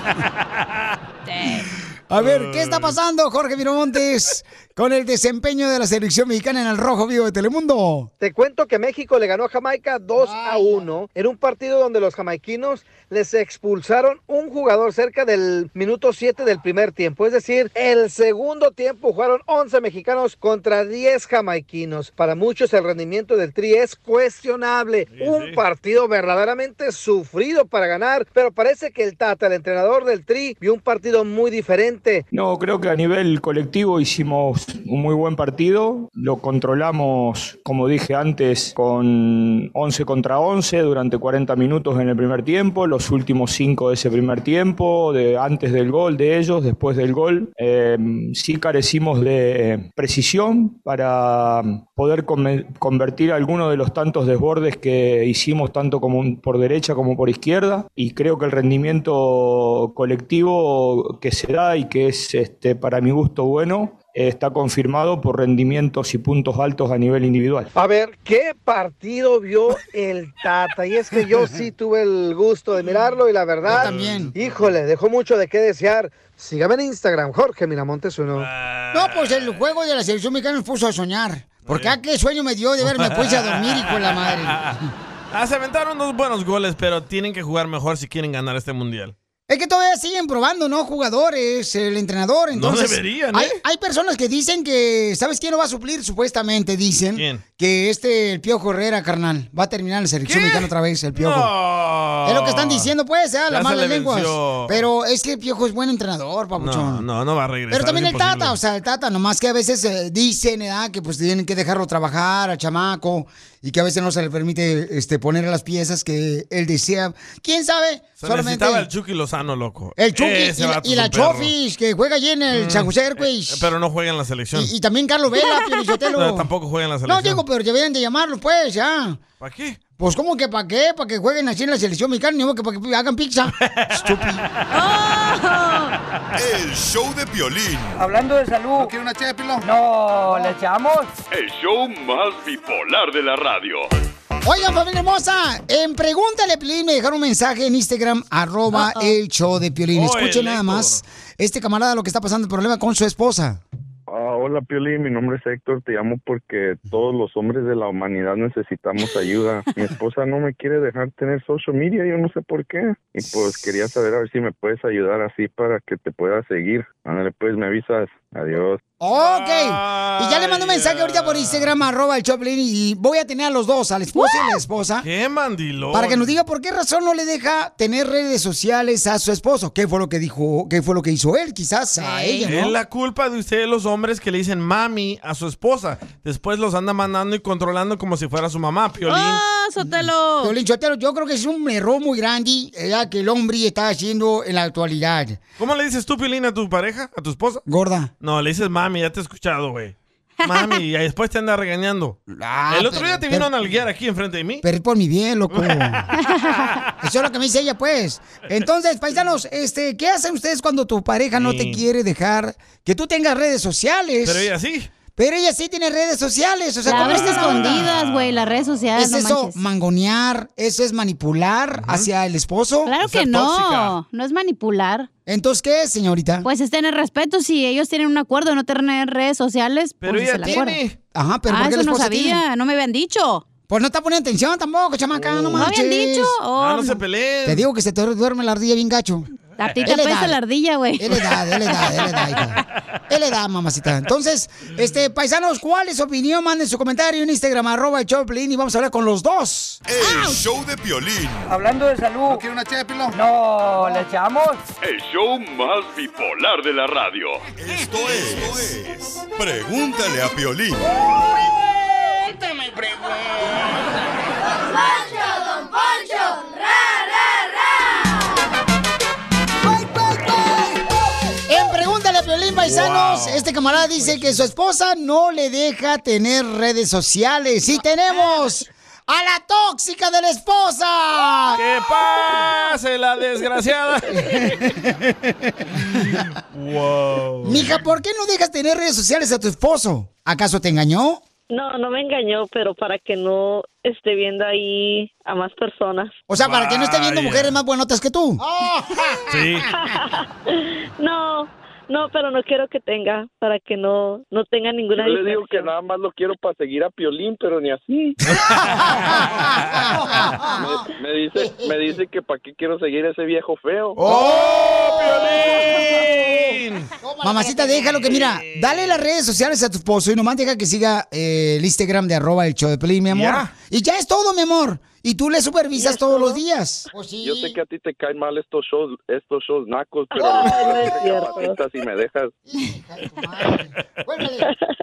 Speaker 1: A ver, ¿qué está pasando, Jorge Miramontes, con el desempeño de la selección mexicana en el Rojo Vivo de Telemundo?
Speaker 4: Te cuento que México le ganó a Jamaica 2 a 1 en un partido donde los jamaiquinos les expulsaron un jugador cerca del minuto 7 del primer tiempo. Es decir, el segundo tiempo jugaron 11 mexicanos contra 10 jamaiquinos. Para muchos el rendimiento del Tri es cuestionable. un partido verdaderamente sufrido para ganar, pero parece que el Tata, el entrenador del Tri, vio un partido muy diferente.
Speaker 15: No, creo que a nivel colectivo hicimos un muy buen partido. Lo controlamos, como dije antes, con 11 contra 11 durante 40 minutos en el primer tiempo, los últimos 5 de ese primer tiempo, de antes del gol de ellos, después del gol. Eh, sí carecimos de precisión para um, poder come- convertir alguno de los tantos desbordes que hicimos tanto como por derecha como por izquierda y creo que el rendimiento colectivo que se da y que es este, para mi gusto bueno eh, está confirmado por rendimientos y puntos altos a nivel individual.
Speaker 4: A ver, ¿qué partido vio el Tata? Y es que yo sí tuve el gusto de mirarlo y la verdad, híjole, dejó mucho de qué desear. Sígame en Instagram, Jorge Miramontes uno.
Speaker 2: Ah.
Speaker 1: No, pues el juego de la selección mexicana nos puso a soñar. Porque ah, qué sueño me dio de verme puse a dormir y con la madre.
Speaker 2: Ah, se aventaron dos buenos goles, pero tienen que jugar mejor si quieren ganar este mundial.
Speaker 1: Es que todavía siguen probando, ¿no? Jugadores, el entrenador, entonces...
Speaker 2: deberían, ¿eh?
Speaker 1: hay, hay personas que dicen que... ¿Sabes quién lo va a suplir? Supuestamente dicen
Speaker 2: ¿Quién?
Speaker 1: que este, el Piojo Herrera, carnal, va a terminar en la selección mexicana otra vez, el Piojo. Es lo que están diciendo, pues, ¿eh?
Speaker 2: Ya
Speaker 1: Las
Speaker 2: se
Speaker 1: malas
Speaker 2: le
Speaker 1: lenguas.
Speaker 2: venció.
Speaker 1: Pero es que el Piojo es buen entrenador, papuchón.
Speaker 2: No, no, no va a regresar.
Speaker 1: Pero también
Speaker 2: es
Speaker 1: el Tata,
Speaker 2: imposible.
Speaker 1: o sea, el Tata, nomás que a veces eh, dicen, ¿verdad? Que pues tienen que dejarlo trabajar al chamaco y que a veces no se le permite este, poner las piezas que él desea. ¿Quién sabe?
Speaker 2: Se necesitaba el Chucky Lozano, loco.
Speaker 1: el Chucky
Speaker 2: Ese
Speaker 1: y la,
Speaker 2: vato
Speaker 1: y
Speaker 2: es
Speaker 1: la
Speaker 2: un perro.
Speaker 1: Chofis, que juega allí en el
Speaker 2: Mm.
Speaker 1: San José Airway.
Speaker 2: Eh, Pero no juega en la selección.
Speaker 1: Y, y también Carlos Vela, Piolichotelo.
Speaker 2: No, tampoco juega en la
Speaker 1: No,
Speaker 2: selección.
Speaker 1: digo, pero deberían de llamarlo, pues, ya.
Speaker 2: ¿Para qué?
Speaker 1: Pues, ¿cómo que para qué? ¿Para que jueguen así en la selección mexicana? Ni modo que para que hagan pizza. Estúpido.
Speaker 13: El show de Piolín.
Speaker 6: Hablando de salud. ¿No quiere una ché No, ¿le echamos?
Speaker 7: El show más bipolar de la radio.
Speaker 1: Oigan, familia hermosa, en Pregúntale a Piolín me dejaron un mensaje en Instagram, arroba el show de Piolín.
Speaker 16: Oh,
Speaker 1: Escuchen
Speaker 16: el
Speaker 1: nada
Speaker 16: Héctor.
Speaker 1: más este camarada lo que está pasando, el problema con su esposa.
Speaker 16: Ah, hola Pioli, mi nombre es Héctor, te llamo porque todos los hombres de la humanidad necesitamos ayuda. Mi esposa no me quiere dejar tener social media, yo no sé por qué. Y pues quería saber a ver si me puedes ayudar así para que te pueda seguir. Ándale, pues me avisas. Adiós.
Speaker 1: Ok. Y ya le mando un mensaje ahorita por Instagram, arroba el Choplin, y voy a tener a los dos, al esposo y a la esposa.
Speaker 2: ¡Qué mandilón!
Speaker 1: Para que nos diga por qué razón no le deja tener redes sociales a su esposo. ¿Qué fue lo que dijo? ¿Qué fue lo que hizo él? Quizás a ella, ¿no?
Speaker 2: Es la culpa de ustedes los hombres que le dicen mami a su esposa. Después los anda mandando y controlando como si fuera su mamá, Piolín.
Speaker 3: ¡Ah, Sotelo!
Speaker 1: Piolín Sotelo, yo creo que es un error muy grande eh, que el hombre está haciendo en la actualidad.
Speaker 2: ¿Cómo le dices tú, Piolín, a tu pareja, a tu esposa?
Speaker 1: Gorda.
Speaker 2: No, le dices mami, ya te he escuchado, güey. Mami, y después te anda regañando.
Speaker 1: Ah,
Speaker 2: el otro día te vino a nalguear aquí enfrente de mí.
Speaker 1: Pero es por mi bien, loco. Eso es lo que me dice ella, pues. Entonces, paisanos, este, ¿qué hacen ustedes cuando tu pareja no te
Speaker 2: Sí.
Speaker 1: quiere dejar que tú tengas redes sociales?
Speaker 2: Pero ella sí.
Speaker 1: Pero ella sí tiene redes sociales. O sea,
Speaker 3: La
Speaker 1: ¿cómo
Speaker 3: abres
Speaker 1: estás
Speaker 3: escondidas, güey, las redes sociales.
Speaker 1: ¿Es
Speaker 3: no
Speaker 1: eso
Speaker 3: manches.
Speaker 1: mangonear? ¿Eso es manipular hacia el esposo?
Speaker 3: Claro que no, no es manipular.
Speaker 1: Entonces, ¿qué es, señorita?
Speaker 3: Pues es tener respeto. Si ellos tienen un acuerdo de no tener redes sociales,
Speaker 1: Pero
Speaker 3: pues, es
Speaker 1: ella
Speaker 3: el
Speaker 1: tiene.
Speaker 3: acuerdo.
Speaker 1: Ajá, pero
Speaker 3: ah,
Speaker 1: ¿por qué la
Speaker 3: eso no
Speaker 1: esposa
Speaker 3: sabía,
Speaker 1: tiene?
Speaker 3: no me habían dicho.
Speaker 1: Pues no está poniendo atención tampoco, chamaca, no
Speaker 3: ¿No habían
Speaker 1: manches.
Speaker 3: dicho? Oh,
Speaker 1: Ah, no se
Speaker 2: peleen.
Speaker 1: Te digo que se te duerme la ardilla bien gacho.
Speaker 3: A ti
Speaker 1: Es
Speaker 3: te
Speaker 1: la
Speaker 3: apesta
Speaker 1: edad.
Speaker 3: la ardilla, güey.
Speaker 1: Es la edad, es la edad, es la edad, hija. Es la edad, mamacita. Entonces, este, paisanos, ¿cuál es su opinión? Manden su comentario en Instagram, arroba el Choplin, y vamos a hablar con los dos.
Speaker 13: El show de Piolín.
Speaker 6: Hablando de salud. ¿No quiere una ché de pilón? No, ¿le echamos?
Speaker 7: El show más bipolar de la radio.
Speaker 13: Esto es... Pregúntale a Piolín.
Speaker 8: Pregúntame,
Speaker 9: don Poncho!
Speaker 1: En Pregúntale a Piolín, paisanos,
Speaker 9: Wow.
Speaker 1: este camarada dice que su esposa no le deja tener redes sociales. ¡Y tenemos a la tóxica de la esposa!
Speaker 2: ¡Qué pase Ah, la desgraciada! wow.
Speaker 1: Mija, ¿por qué no dejas tener redes sociales a tu esposo? ¿Acaso te engañó?
Speaker 17: No, no me engañó, pero para que no esté viendo ahí a más personas.
Speaker 1: O sea, para que no esté viendo mujeres más buenotas que tú.
Speaker 10: Ah.
Speaker 2: Sí.
Speaker 17: No, no, pero no quiero que tenga, para que no no tenga
Speaker 10: Yo
Speaker 17: ninguna.
Speaker 10: le
Speaker 17: distracción.
Speaker 10: digo que nada más lo quiero para seguir a Piolín, pero ni así. me, me dice, me dice que para qué quiero seguir a ese viejo feo.
Speaker 2: ¡Oh, Piolín!
Speaker 1: Mamacita, déjalo que mira, dale las redes sociales a tu esposo y nomás deja que siga eh, el Instagram de arroba el show de Pelín, mi amor.
Speaker 2: Ya.
Speaker 1: Y ya es todo, mi amor. Y tú le supervisas todos los días.
Speaker 10: Yo sé que a ti te caen mal estos shows, estos shows nacos, pero
Speaker 1: Ay,
Speaker 10: no
Speaker 1: no es
Speaker 10: te
Speaker 1: cierto.
Speaker 10: capacitas y me dejas.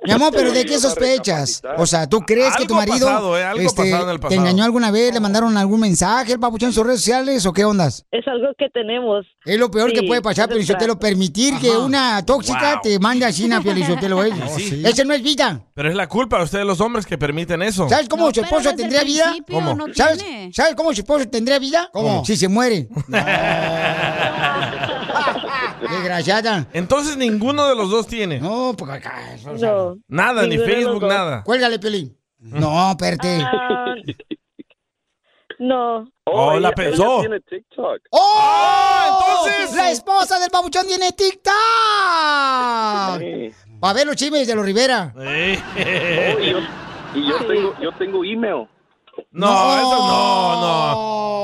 Speaker 1: Mi amor, pero ¿de
Speaker 10: Yo
Speaker 1: qué
Speaker 10: no
Speaker 1: sospechas?
Speaker 10: recapacitar.
Speaker 1: O sea, ¿tú crees que tu
Speaker 2: Algo
Speaker 1: marido este,
Speaker 2: pasado, eh, algo pasado en el
Speaker 1: te
Speaker 2: pasado.
Speaker 1: engañó alguna vez? ¿Le mandaron algún mensaje el papuchón en sus redes sociales o qué ondas?
Speaker 17: Es algo que tenemos.
Speaker 1: Es lo peor que puede pasar,
Speaker 17: pero
Speaker 1: Piolichotelo, permitir que una tóxica
Speaker 2: Wow.
Speaker 1: te mande a China, Piolichotelo. ¿eh?
Speaker 2: Sí.
Speaker 1: Sí. Esa no es vida.
Speaker 2: Pero es la culpa de ustedes los hombres que permiten eso.
Speaker 1: ¿Sabes cómo su esposo tendría vida?
Speaker 2: ¿Cómo?
Speaker 1: ¿Sabes, ¿Sabes cómo su esposo tendría vida?
Speaker 2: ¿Cómo?
Speaker 1: Si se muere. Desgraciada.
Speaker 2: Entonces ninguno de los dos tiene.
Speaker 1: No, porque
Speaker 17: No.
Speaker 2: Nada, ni
Speaker 17: Ninguno de los
Speaker 2: Facebook,
Speaker 17: dos.
Speaker 2: nada.
Speaker 1: Cuélgale, Piolín. No, espérate.
Speaker 17: Ah, no.
Speaker 2: Oh, la
Speaker 10: ella- ella
Speaker 2: pensó. Ah,
Speaker 10: tiene TikTok.
Speaker 1: ¡Oh! Entonces. La esposa del babuchón tiene TikTok. A ver los chismes de los Rivera.
Speaker 10: Oh, y yo, y yo tengo, yo tengo email.
Speaker 2: No, eso no, no.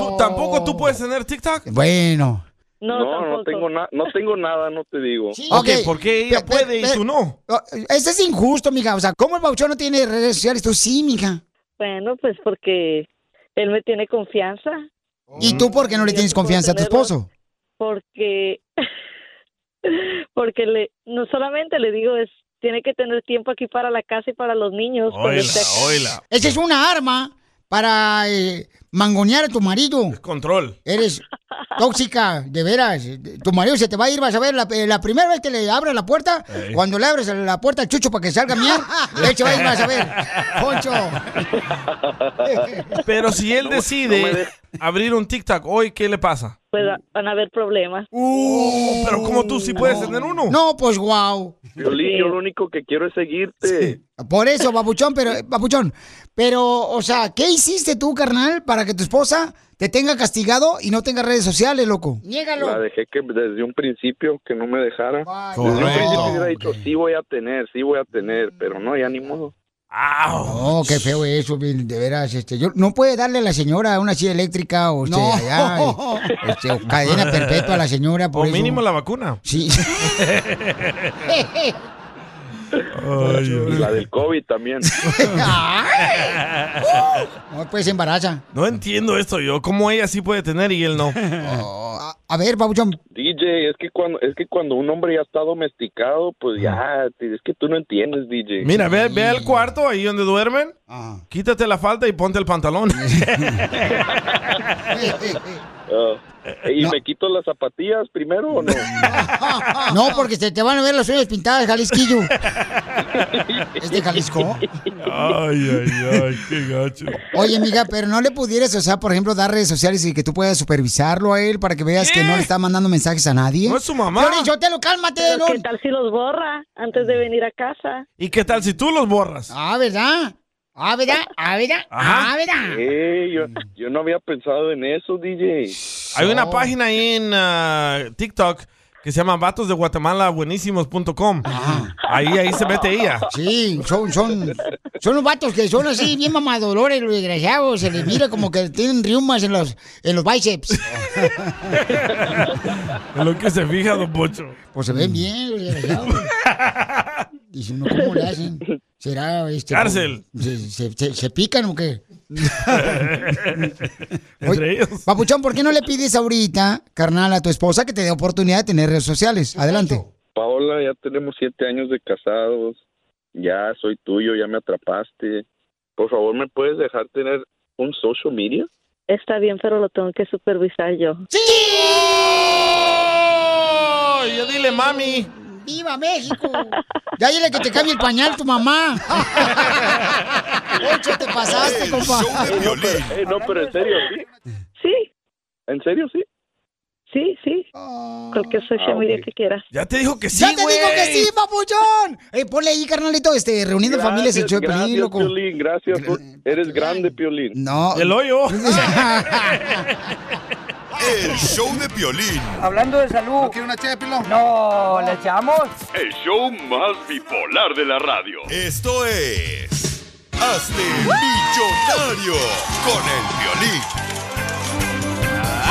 Speaker 2: Tú- tampoco tú puedes tener TikTok.
Speaker 1: Bueno.
Speaker 10: No, no, tengo nada, no tengo nada, no te digo.
Speaker 1: Ok, ¿por qué ella puede y tú
Speaker 2: no?
Speaker 1: Oh, Eso es injusto, mija. O sea, ¿cómo el babuchón no tiene redes sociales? Tú sí, mija.
Speaker 17: Bueno, pues porque él me tiene confianza,
Speaker 1: ¿Y tú por qué no le tienes confianza a tu esposo?
Speaker 17: porque porque le no solamente le digo es tiene que tener tiempo aquí para la casa y para los niños. cuando esté acá.
Speaker 1: Esa es una arma para eh, mangonear a tu marido.
Speaker 2: Control.
Speaker 1: Eres tóxica, de veras. Tu marido se te va a ir, vas a ver, la, eh, la primera vez que le abres la puerta,
Speaker 2: Ey.
Speaker 1: cuando le abres la puerta al chucho para que salga mía, él se va a ir, vas a ver. Poncho.
Speaker 2: Pero si él
Speaker 17: No,
Speaker 2: decide
Speaker 17: no me de-
Speaker 2: abrir un TikTok hoy, ¿qué le pasa?
Speaker 17: Pues va- van a haber problemas.
Speaker 2: Uh, pero como tú sí puedes tener uno.
Speaker 1: No, pues guau.
Speaker 10: Piolín, yo lo único que quiero es seguirte.
Speaker 1: Por eso, babuchón, pero, eh, babuchón, pero, o sea, ¿qué hiciste tú, carnal, para que tu esposa te tenga castigado y no tenga redes sociales, loco?
Speaker 10: La dejé que desde un principio que no me dejara. Desde un
Speaker 1: Correcto,
Speaker 10: principio hubiera dicho, sí voy a tener, sí voy a tener, pero no, ya ni modo.
Speaker 1: No, qué feo eso, Bill, de veras. Este, yo, no puede darle a la señora una silla eléctrica o, este,
Speaker 2: No.
Speaker 1: allá, y- este, o cadena perpetua a la señora. Por
Speaker 2: o
Speaker 1: eso.
Speaker 2: mínimo la vacuna.
Speaker 1: Sí.
Speaker 16: Y la del COVID también.
Speaker 1: No, pues se embaraza.
Speaker 2: No entiendo esto yo. ¿Cómo ella sí puede tener y él no?
Speaker 1: Oh, A ver, Babuchón.
Speaker 16: DJ, es que cuando es que cuando un hombre ya está domesticado, pues ya, es que tú no entiendes, DJ.
Speaker 2: Mira, ve, ve al cuarto ahí donde duermen.
Speaker 1: Ah.
Speaker 2: Quítate la falda y ponte el pantalón.
Speaker 16: Ah, ¿Y me quito las zapatillas primero o no?
Speaker 1: No, porque se te van a ver las uñas pintadas, Jalisquillo. ¿Es de Jalisco?
Speaker 2: Ay, ay, ay, qué gacho.
Speaker 1: Oye, amiga, pero no le pudieras, o sea, por ejemplo, dar redes sociales y que tú puedas supervisarlo a él para que veas que no le está mandando mensajes a nadie.
Speaker 2: No es su mamá.
Speaker 1: Piolín, yo te lo cálmate, Mm.
Speaker 17: Pero
Speaker 1: no.
Speaker 17: ¿Qué tal si los borra antes de venir a casa?
Speaker 2: ¿Y qué tal si tú los borras?
Speaker 1: Ah, ¿verdad? Ah, ¿verdad? Ah, ¿verdad? Ah, ¿verdad?
Speaker 16: Eh, yo, yo no había pensado en eso, DJ.
Speaker 2: Hay
Speaker 1: Oh.
Speaker 2: una página ahí en ah, TikTok que se llama Vatos de Guatemala Buenísimos.com. Ahí, ahí se mete ella.
Speaker 1: Sí, son, son, son los vatos que son así, bien mamadolores, los desgraciados. Se les mira como que tienen riumas en los, en los bíceps.
Speaker 2: Es lo que se fija, don Pocho.
Speaker 1: Pues se ven bien los desgraciados. Dice uno, ¿cómo le hacen? ¿Será este?
Speaker 2: Cárcel.
Speaker 1: ¿Se, se- se- se pican o qué? Entre ellos. Papuchón, ¿por qué no le pides ahorita, carnal, a tu esposa que te dé oportunidad de tener redes sociales? Adelante.
Speaker 16: Paola, ya tenemos siete años de casados. Ya soy tuyo, ya me atrapaste. Por favor, ¿me puedes dejar tener un social media?
Speaker 17: Está bien, pero lo tengo que supervisar yo.
Speaker 2: Oh, ya dile, mami.
Speaker 1: ¡Viva México! Ya dile que te cambie el pañal tu mamá. Ocho, te pasaste, compa.
Speaker 16: Eh, no, pero, eh, no, pero en serio, ¿sí?
Speaker 17: Sí,
Speaker 16: ¿En serio, sí?
Speaker 17: sí, sí. Cualquier social
Speaker 16: Ah,
Speaker 17: media
Speaker 16: ok.
Speaker 17: que quieras.
Speaker 2: Ya te dijo que sí,
Speaker 1: ¡Ya te digo que sí, papuchón! Eh, ponle ahí, carnalito, este, reuniendo familias el show de
Speaker 16: gracias,
Speaker 1: Piolín, loco.
Speaker 16: Piolín, gracias. tú Eres grande, Piolín.
Speaker 1: No.
Speaker 2: El hoyo.
Speaker 13: El show de Piolín.
Speaker 6: Hablando de salud. ¿No quiere una ché de pilón? No, ¿le echamos?
Speaker 7: El show más bipolar de la radio.
Speaker 13: Esto es. Hazte millonario con el violín.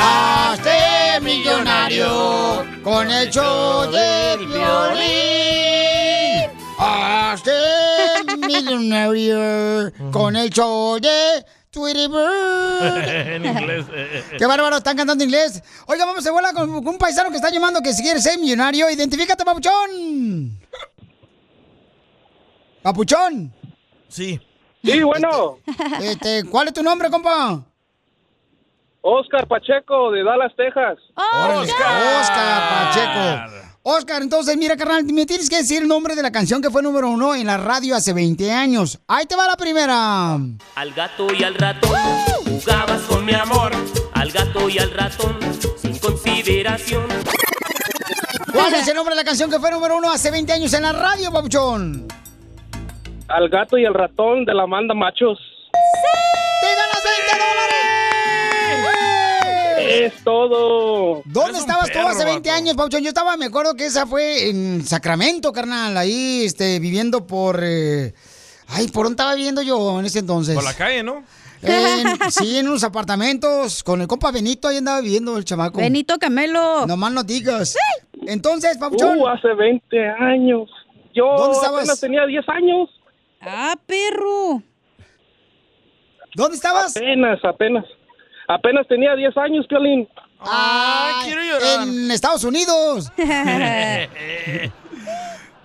Speaker 1: Hazte millonario con el show de violín. Hazte millonario con el show de Twitterbird.
Speaker 9: En inglés.
Speaker 1: Qué bárbaro, están cantando inglés. Oiga, vamos de bola con un paisano que está llamando que si quieres ser millonario, identifícate, papuchón. Papuchón.
Speaker 2: Sí.
Speaker 18: Sí, bueno.
Speaker 1: Este, ¿Cuál es tu nombre, compa?
Speaker 18: Oscar Pacheco de Dallas, Texas.
Speaker 1: Oscar. Ah, Oscar Pacheco. Oscar, entonces, mira, carnal, me tienes que decir el nombre de la canción que fue número uno en la radio hace 20 años. Ahí te va la primera.
Speaker 19: Al gato y al ratón jugabas con mi amor. Al gato y al ratón sin consideración.
Speaker 1: ¿Cuál es el nombre de la canción que fue número uno hace 20 años en la radio, papuchón?
Speaker 18: Al gato y al ratón de la manda machos.
Speaker 1: ¡Te ganas 20 dólares!
Speaker 18: Es todo.
Speaker 1: ¿Dónde estabas tú
Speaker 18: perro,
Speaker 1: hace 20 años, Pauchón? Yo estaba, me acuerdo que esa fue en Sacramento, carnal, ahí, este, viviendo por... eh, Ay, ¿por dónde estaba viviendo yo en ese entonces?
Speaker 2: Por la calle, ¿no?
Speaker 1: En- sí, en unos apartamentos. Con el compa Benito ahí andaba viviendo el chamaco.
Speaker 3: Benito Camelo.
Speaker 1: Nomás no digas. Entonces, Pauchón.
Speaker 18: Uh, hace 20 años. Yo
Speaker 1: ¿Dónde estabas?
Speaker 18: apenas tenía 10 años.
Speaker 3: Ah, perro.
Speaker 1: ¿Dónde estabas?
Speaker 18: Apenas, apenas. Apenas tenía 10 años, Piolín.
Speaker 1: Ah, En Estados Unidos.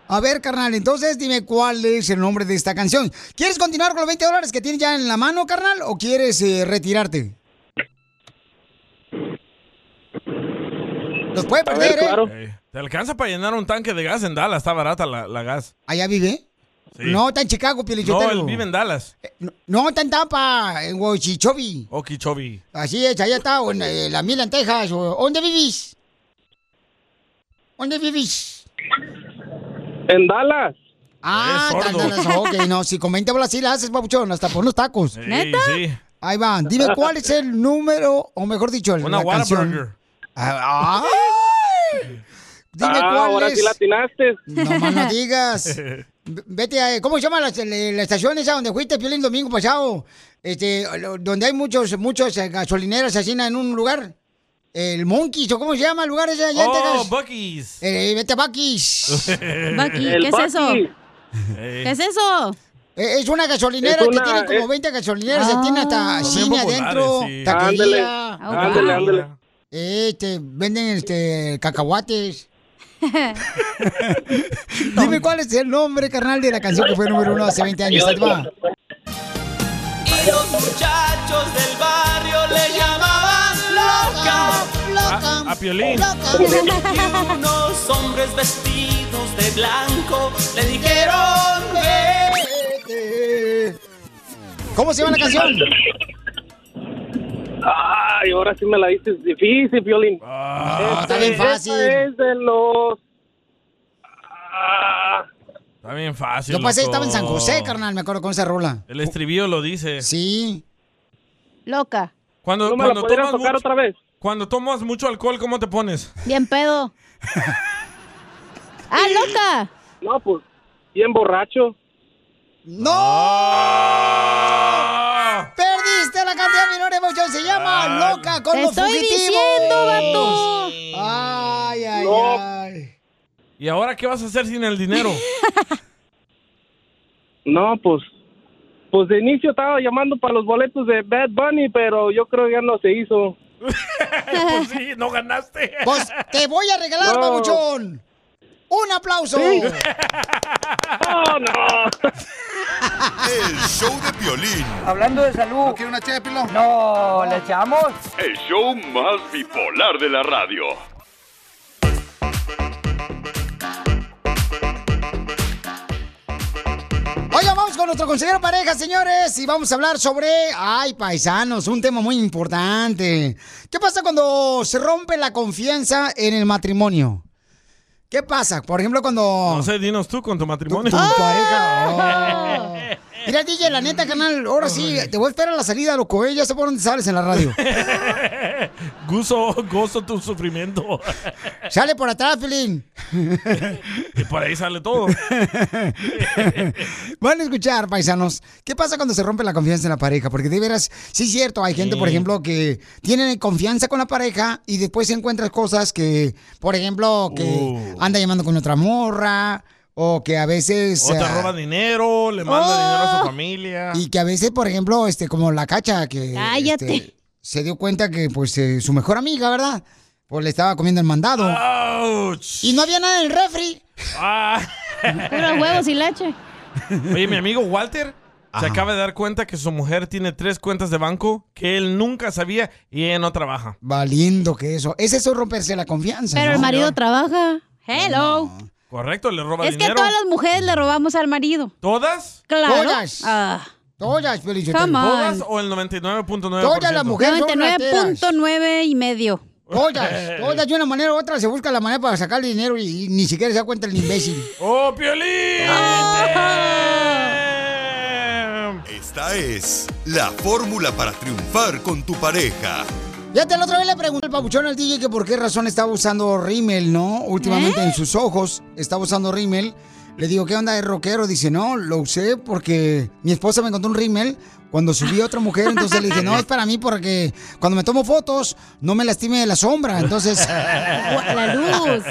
Speaker 1: A ver, carnal, entonces dime cuál es el nombre de esta canción. ¿Quieres continuar con los 20 dólares que tienes ya en la mano, carnal? ¿O quieres eh, retirarte? Los puede perder, ¿eh?
Speaker 2: Eh, Te alcanza para llenar un tanque de gas en Dallas. Está barata la, la gas.
Speaker 1: ¿Allá vive?
Speaker 2: Sí.
Speaker 1: No, está en Chicago, Eh,
Speaker 2: No,
Speaker 1: Pielichotelo.
Speaker 2: él vive en Dallas. Oh,
Speaker 1: No, está en Tampa, en Huachichobi.
Speaker 2: Okeechobee.
Speaker 1: Así es, allá está, o en eh, la Mila, en Texas. o- ¿Dónde vivís? ¿Dónde vivís?
Speaker 18: En Dallas.
Speaker 1: Ah,
Speaker 18: Eh,
Speaker 1: está en
Speaker 18: sordo.
Speaker 1: Dallas. Ok, no, si con 20 bolas sí la haces, papuchón, hasta por unos tacos.
Speaker 18: ¿Neta? sí.
Speaker 1: Ahí van, dime cuál es el número, o mejor dicho, el,
Speaker 18: Una
Speaker 1: la canción.
Speaker 18: Whataburger.
Speaker 1: Ah, ¡ay! Dime
Speaker 18: Ah,
Speaker 1: cuál
Speaker 18: ahora
Speaker 1: es.
Speaker 18: sí la atinaste.
Speaker 1: No más no digas. V- Vete a. ¿Cómo se llama la, la- la estación esa donde fuiste, Piolín, domingo pasado? Este, lo- donde hay muchos, muchos eh, gasolineras así en un lugar. El Monkeys, ¿o cómo se llama el lugar ese allá en
Speaker 2: Oh,
Speaker 1: Texas?
Speaker 2: Bucky's.
Speaker 1: Eh, vete a Bucky's.
Speaker 2: El Buc-
Speaker 3: eso? ¿Qué es eso?
Speaker 1: Eh, Es una gasolinera
Speaker 3: Es
Speaker 1: que
Speaker 3: una-
Speaker 1: tiene como
Speaker 3: es-
Speaker 1: 20 gasolineras. Se tiene hasta
Speaker 3: Ah. Son
Speaker 1: cine
Speaker 3: bien
Speaker 1: adentro,
Speaker 3: populares, sí.
Speaker 1: taquería.
Speaker 3: Ándele, Ah, ándele, wow. ándele.
Speaker 1: Eh, te venden este, cacahuates. Dime cuál es el nombre, carnal, de la canción que fue número uno hace 20 años. Ahí te va.
Speaker 9: Y los muchachos del barrio le llamaban loca,
Speaker 2: loca, Ah, a Piolín. loca.
Speaker 9: Y unos hombres vestidos de blanco le dijeron vete.
Speaker 1: ¿Cómo se llama la canción?
Speaker 18: Ay, ahora sí me la dices difícil, Violín.
Speaker 1: Ah, está bien fácil.
Speaker 18: es de los...
Speaker 2: Está bien fácil.
Speaker 1: Yo pasé,
Speaker 2: loco.
Speaker 1: estaba en San José, carnal, me acuerdo con esa rola.
Speaker 2: El estribillo lo dice.
Speaker 1: Sí.
Speaker 3: Loca.
Speaker 2: Cuando,
Speaker 3: ¿No me la
Speaker 2: cuando
Speaker 3: podrían
Speaker 2: tomas
Speaker 3: tocar
Speaker 2: otra vez? Cuando tomas mucho alcohol, ¿cómo te pones?
Speaker 3: Bien pedo. ¡Ah, loca!
Speaker 18: No, pues, bien borracho.
Speaker 1: ¡No! Perdiste la cantidad menor de emoción. Se llama
Speaker 18: Ah,
Speaker 1: Loca con
Speaker 3: te
Speaker 1: los
Speaker 3: estoy
Speaker 1: fugitivos.
Speaker 3: diciendo, vato.
Speaker 1: Ay, ay,
Speaker 2: No.
Speaker 1: ay.
Speaker 2: ¿Y ahora qué vas a hacer sin el dinero?
Speaker 18: No, pues, pues de inicio estaba llamando para los boletos de Bad Bunny, pero yo creo que ya no se hizo.
Speaker 2: pues sí, no ganaste.
Speaker 1: Pues te voy a regalar,
Speaker 18: No.
Speaker 1: babuchón. Un aplauso.
Speaker 18: ¡Oh, no!
Speaker 13: El show de violín.
Speaker 6: Hablando de salud. ¿No quiere una ché de pilón? No, ¿le echamos?
Speaker 7: El show más bipolar de la radio.
Speaker 1: Oigan, vamos con nuestro consejero pareja, señores, y vamos a hablar sobre, ay, paisanos, un tema muy importante. ¿Qué pasa cuando se rompe la confianza en el matrimonio? ¿Qué pasa? Por ejemplo, cuando...
Speaker 2: No sé, dinos tú con tu matrimonio.
Speaker 1: Tu pareja. Mira, DJ, la neta, canal, ahora sí, te voy a esperar a la salida, loco, ¿eh? Ya sé por dónde sales en la radio.
Speaker 2: Gozo, gozo tu sufrimiento.
Speaker 1: Sale por atrás, Filín.
Speaker 2: y por ahí sale todo.
Speaker 1: Van a escuchar, paisanos. ¿Qué pasa cuando se rompe la confianza en la pareja? Porque de veras, sí es cierto, hay gente, por ejemplo, que tiene confianza con la pareja y después se encuentran cosas que, por ejemplo, que anda llamando con otra morra o que a veces...
Speaker 2: O te
Speaker 1: ah,
Speaker 2: roba dinero, le manda
Speaker 1: Oh.
Speaker 2: dinero a su familia.
Speaker 1: Y que a veces, por ejemplo, este, como la cacha que
Speaker 2: Cállate.
Speaker 1: este, se dio cuenta que pues eh, su mejor amiga, ¿verdad? Pues le estaba comiendo el mandado. Y no había nada en el refri.
Speaker 3: Pero huevos y leche.
Speaker 2: Ah. Oye, mi amigo Walter se acaba de dar cuenta que su mujer tiene tres cuentas de banco que él nunca sabía y ella no trabaja.
Speaker 1: Valiendo que eso. Es eso romperse la confianza.
Speaker 3: Pero
Speaker 1: ¿no?
Speaker 3: el marido trabaja. Hello.
Speaker 2: Correcto, le roba
Speaker 3: Es que
Speaker 2: dinero.
Speaker 3: todas las mujeres le robamos al marido.
Speaker 2: ¿Todas?
Speaker 3: Claro.
Speaker 1: Todas.
Speaker 3: Ah.
Speaker 1: Todas, Piolín Sotelo.
Speaker 3: Come on.
Speaker 2: ¿Todas o el 99.9%?
Speaker 1: Todas las mujeres son
Speaker 3: 99.9 y medio.
Speaker 1: Todas, todas de una manera u otra se busca la manera para sacar dinero y, y ni siquiera se da cuenta el imbécil.
Speaker 2: ¡Oh, Piolín!
Speaker 13: Esta es la fórmula para triunfar con tu pareja.
Speaker 1: Fíjate, la otra vez le pregunté al papuchón al DJ que por qué razón estaba usando rímel, ¿no? Últimamente en sus ojos estaba usando rímel. Le digo, ¿qué onda de rockero? Dice, no, lo usé porque mi esposa me encontró un rímel cuando subí a otra mujer. Entonces le dije, no, es para mí porque cuando me tomo fotos no me lastime de la sombra. Ah, Entonces,
Speaker 2: La
Speaker 1: luz.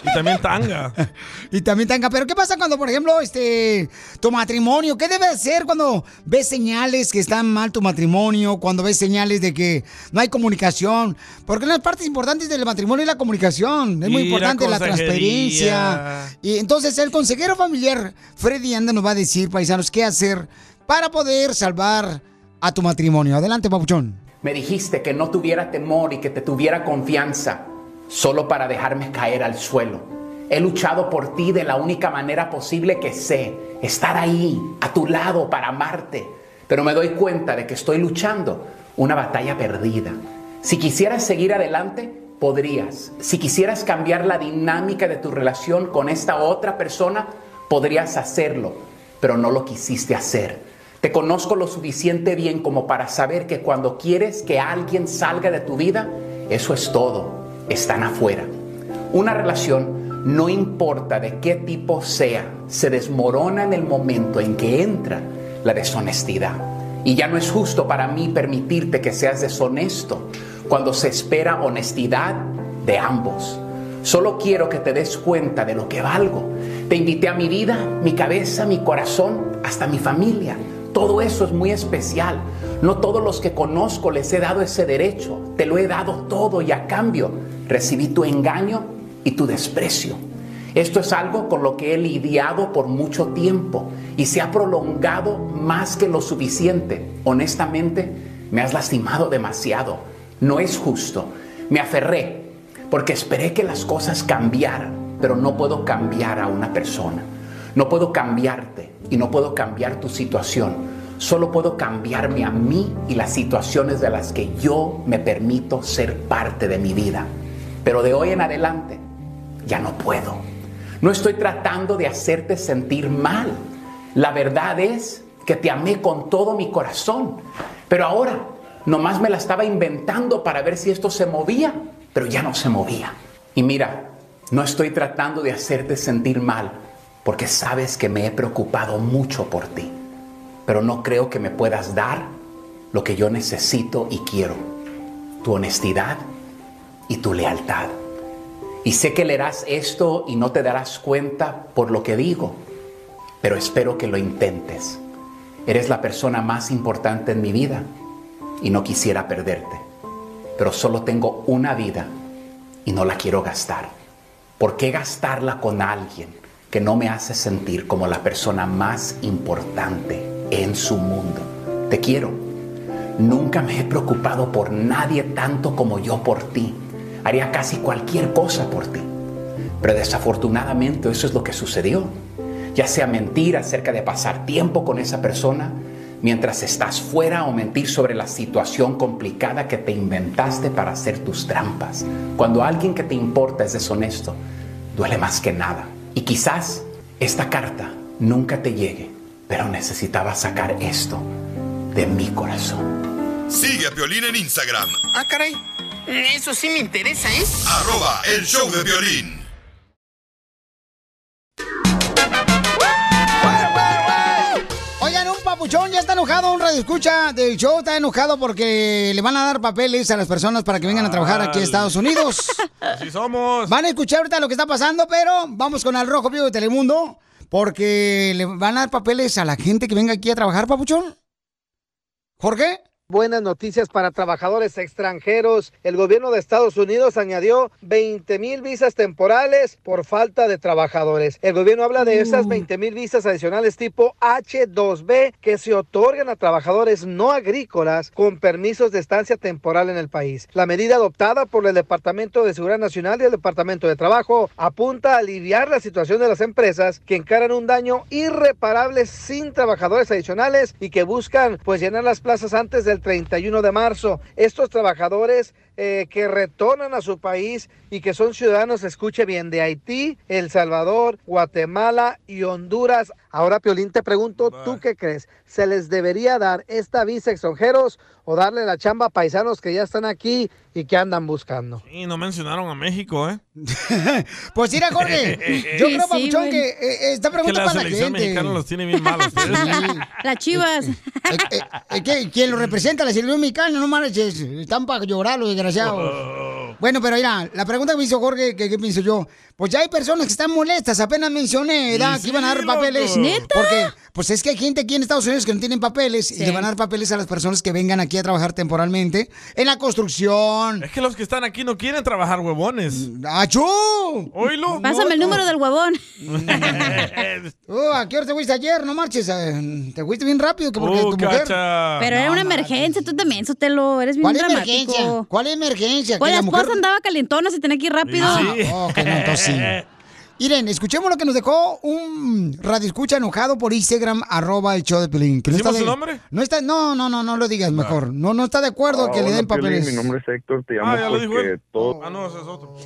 Speaker 2: Y también tanga.
Speaker 1: Y también tanga. Pero ¿qué pasa cuando, por ejemplo, este, tu matrimonio? ¿Qué debe hacer cuando ves señales que están mal tu matrimonio? Cuando ves señales de que no hay comunicación. Porque una de las partes importantes del matrimonio es la comunicación. Es muy
Speaker 9: Y la
Speaker 1: importante la
Speaker 9: consejería.
Speaker 1: transparencia. Y entonces el consejero familiar, Freddy Anda, nos va a decir, paisanos, qué hacer para poder salvar a tu matrimonio. Adelante, papuchón.
Speaker 5: Me dijiste que no tuviera temor y que te tuviera confianza solo para dejarme caer al suelo. He luchado por ti de la única manera posible que sé, estar ahí, a tu lado, para amarte. Pero me doy cuenta de que estoy luchando una batalla perdida. Si quisieras seguir adelante, podrías. Si quisieras cambiar la dinámica de tu relación con esta otra persona, podrías hacerlo, pero no lo quisiste hacer. Te conozco lo suficiente bien como para saber que cuando quieres que alguien salga de tu vida, eso es todo, están afuera. Una relación, no importa de qué tipo sea, se desmorona en el momento en que entra la deshonestidad. Y ya no es justo para mí permitirte que seas deshonesto cuando se espera honestidad de ambos. Solo quiero que te des cuenta de lo que valgo. Te invité a mi vida, mi cabeza, mi corazón, hasta mi familia. Todo eso es muy especial. No todos los que conozco les he dado ese derecho. Te lo he dado todo y a cambio recibí tu engaño y tu desprecio. Esto es algo con lo que he lidiado por mucho tiempo y se ha prolongado más que lo suficiente. Honestamente, me has lastimado demasiado. No es justo. Me aferré porque esperé que las cosas cambiaran, pero no puedo cambiar a una persona. No puedo cambiarte y no puedo cambiar tu situación. Solo puedo cambiarme a mí y las situaciones de las que yo me permito ser parte de mi vida. Pero de hoy en adelante ya no puedo. No estoy tratando de hacerte sentir mal. La verdad es que te amé con todo mi corazón. Pero ahora nomás me la estaba inventando para ver si esto se movía, pero ya no se movía. Y mira, no estoy tratando de hacerte sentir mal porque sabes que me he preocupado mucho por ti. Pero no creo que me puedas dar lo que yo necesito y quiero. Tu honestidad y tu lealtad. Y sé que leerás esto y no te darás cuenta por lo que digo, pero espero que lo intentes. Eres la persona más importante en mi vida y no quisiera perderte. Pero solo tengo una vida y no la quiero gastar. ¿Por qué gastarla con alguien que no me hace sentir como la persona más importante en su mundo? Te quiero. Nunca me he preocupado por nadie tanto como yo por ti haría casi cualquier cosa por ti. Pero desafortunadamente eso es lo que sucedió. Ya sea mentir acerca de pasar tiempo con esa persona mientras estás fuera o mentir sobre la situación complicada que te inventaste para hacer tus trampas. Cuando alguien que te importa es deshonesto, duele más que nada. Y quizás esta carta nunca te llegue, pero necesitaba sacar esto de mi corazón.
Speaker 13: Sigue a Piolín en Instagram.
Speaker 20: Ah, caray. Eso sí me interesa, ¿eh?
Speaker 13: Arroba el show de violín.
Speaker 1: Oigan, un papuchón ya está enojado, un radio escucha del show está enojado porque le van a dar papeles a las personas para que vengan a trabajar aquí a Estados Unidos.
Speaker 2: Así somos.
Speaker 1: Van a escuchar ahorita lo que está pasando, pero vamos con Al Rojo Vivo de Telemundo porque le van a dar papeles a la gente que venga aquí a trabajar, papuchón. Jorge.
Speaker 4: Buenas noticias para trabajadores extranjeros. El gobierno de Estados Unidos añadió 20 mil visas temporales por falta de trabajadores. El gobierno habla de esas 20 mil visas adicionales tipo H2B que se otorgan a trabajadores no agrícolas con permisos de estancia temporal en el país. La medida adoptada por el Departamento de Seguridad Nacional y el Departamento de Trabajo apunta a aliviar la situación de las empresas que encaran un daño irreparable sin trabajadores adicionales y que buscan pues llenar las plazas antes del 31 de marzo. Estos trabajadores eh, que retornan a su país y que son ciudadanos, escuche bien, de Haití, El Salvador, Guatemala y Honduras. Ahora, Piolín, te pregunto, ¿tú qué crees? ¿Se les debería dar esta visa a extranjeros o darle la chamba a paisanos que ya están aquí y que andan buscando?
Speaker 2: Y no mencionaron a México, ¿eh?
Speaker 1: Pues mira, Jorge, yo creo, Papuchón, que
Speaker 2: E,
Speaker 1: eh, esta
Speaker 2: que
Speaker 1: pregunta
Speaker 2: la
Speaker 1: es para la
Speaker 2: selección
Speaker 1: gente.
Speaker 2: mexicana los tiene bien malos. ustedes.
Speaker 3: Las chivas.
Speaker 1: Eh, eh, eh, que- quien lo representa, la selección mexicana, no manches, están para llorar los desgraciados. Bueno, pero mira, la pregunta que me hizo Jorge, que, que pienso yo, pues ya hay personas que están molestas, apenas mencioné, ¿verdad?
Speaker 3: Y
Speaker 1: que iban a dar
Speaker 3: sí,
Speaker 1: papeles.
Speaker 3: loco. ¿Neta?
Speaker 1: Porque, pues es que hay gente aquí en Estados Unidos que no tienen papeles y le van a dar papeles a las personas que vengan aquí a trabajar temporalmente en la construcción.
Speaker 2: Es que los que están aquí no quieren trabajar huevones.
Speaker 1: ¡Achú!
Speaker 2: ¡Oilo!
Speaker 3: Pásame el número del huevón.
Speaker 1: Uh, ¿A qué hora te fuiste ayer? No marches, eh, te fuiste bien rápido que porque
Speaker 3: Oh,
Speaker 2: Uh,
Speaker 1: tu mujer...
Speaker 2: cacha.
Speaker 3: Pero era una emergencia, tú también, Sotelo, eres bien
Speaker 1: ¿Cuál
Speaker 3: dramático.
Speaker 1: emergencia? ¿Cuál emergencia?
Speaker 3: Pues
Speaker 1: Que
Speaker 3: la
Speaker 1: la
Speaker 3: esposa
Speaker 1: mujer-
Speaker 3: andaba calentona, se tenía que ir rápido.
Speaker 1: Ah, ok, no, entonces sí. Miren, escuchemos lo que nos dejó un radioescucha enojado por Instagram, arroba el show de Pelín. que
Speaker 2: ¿Decimos
Speaker 1: de-
Speaker 2: su nombre?
Speaker 1: No, está, no, no, no, no lo digas mejor. No, no está de acuerdo que le
Speaker 16: Hola,
Speaker 1: den
Speaker 16: Ah, Piolín,
Speaker 1: papeles.
Speaker 16: Mi nombre es Héctor, te llamo
Speaker 2: Ah, ya lo dijo
Speaker 16: porque
Speaker 2: él.
Speaker 16: todo...
Speaker 2: Ah, no, ese es otro.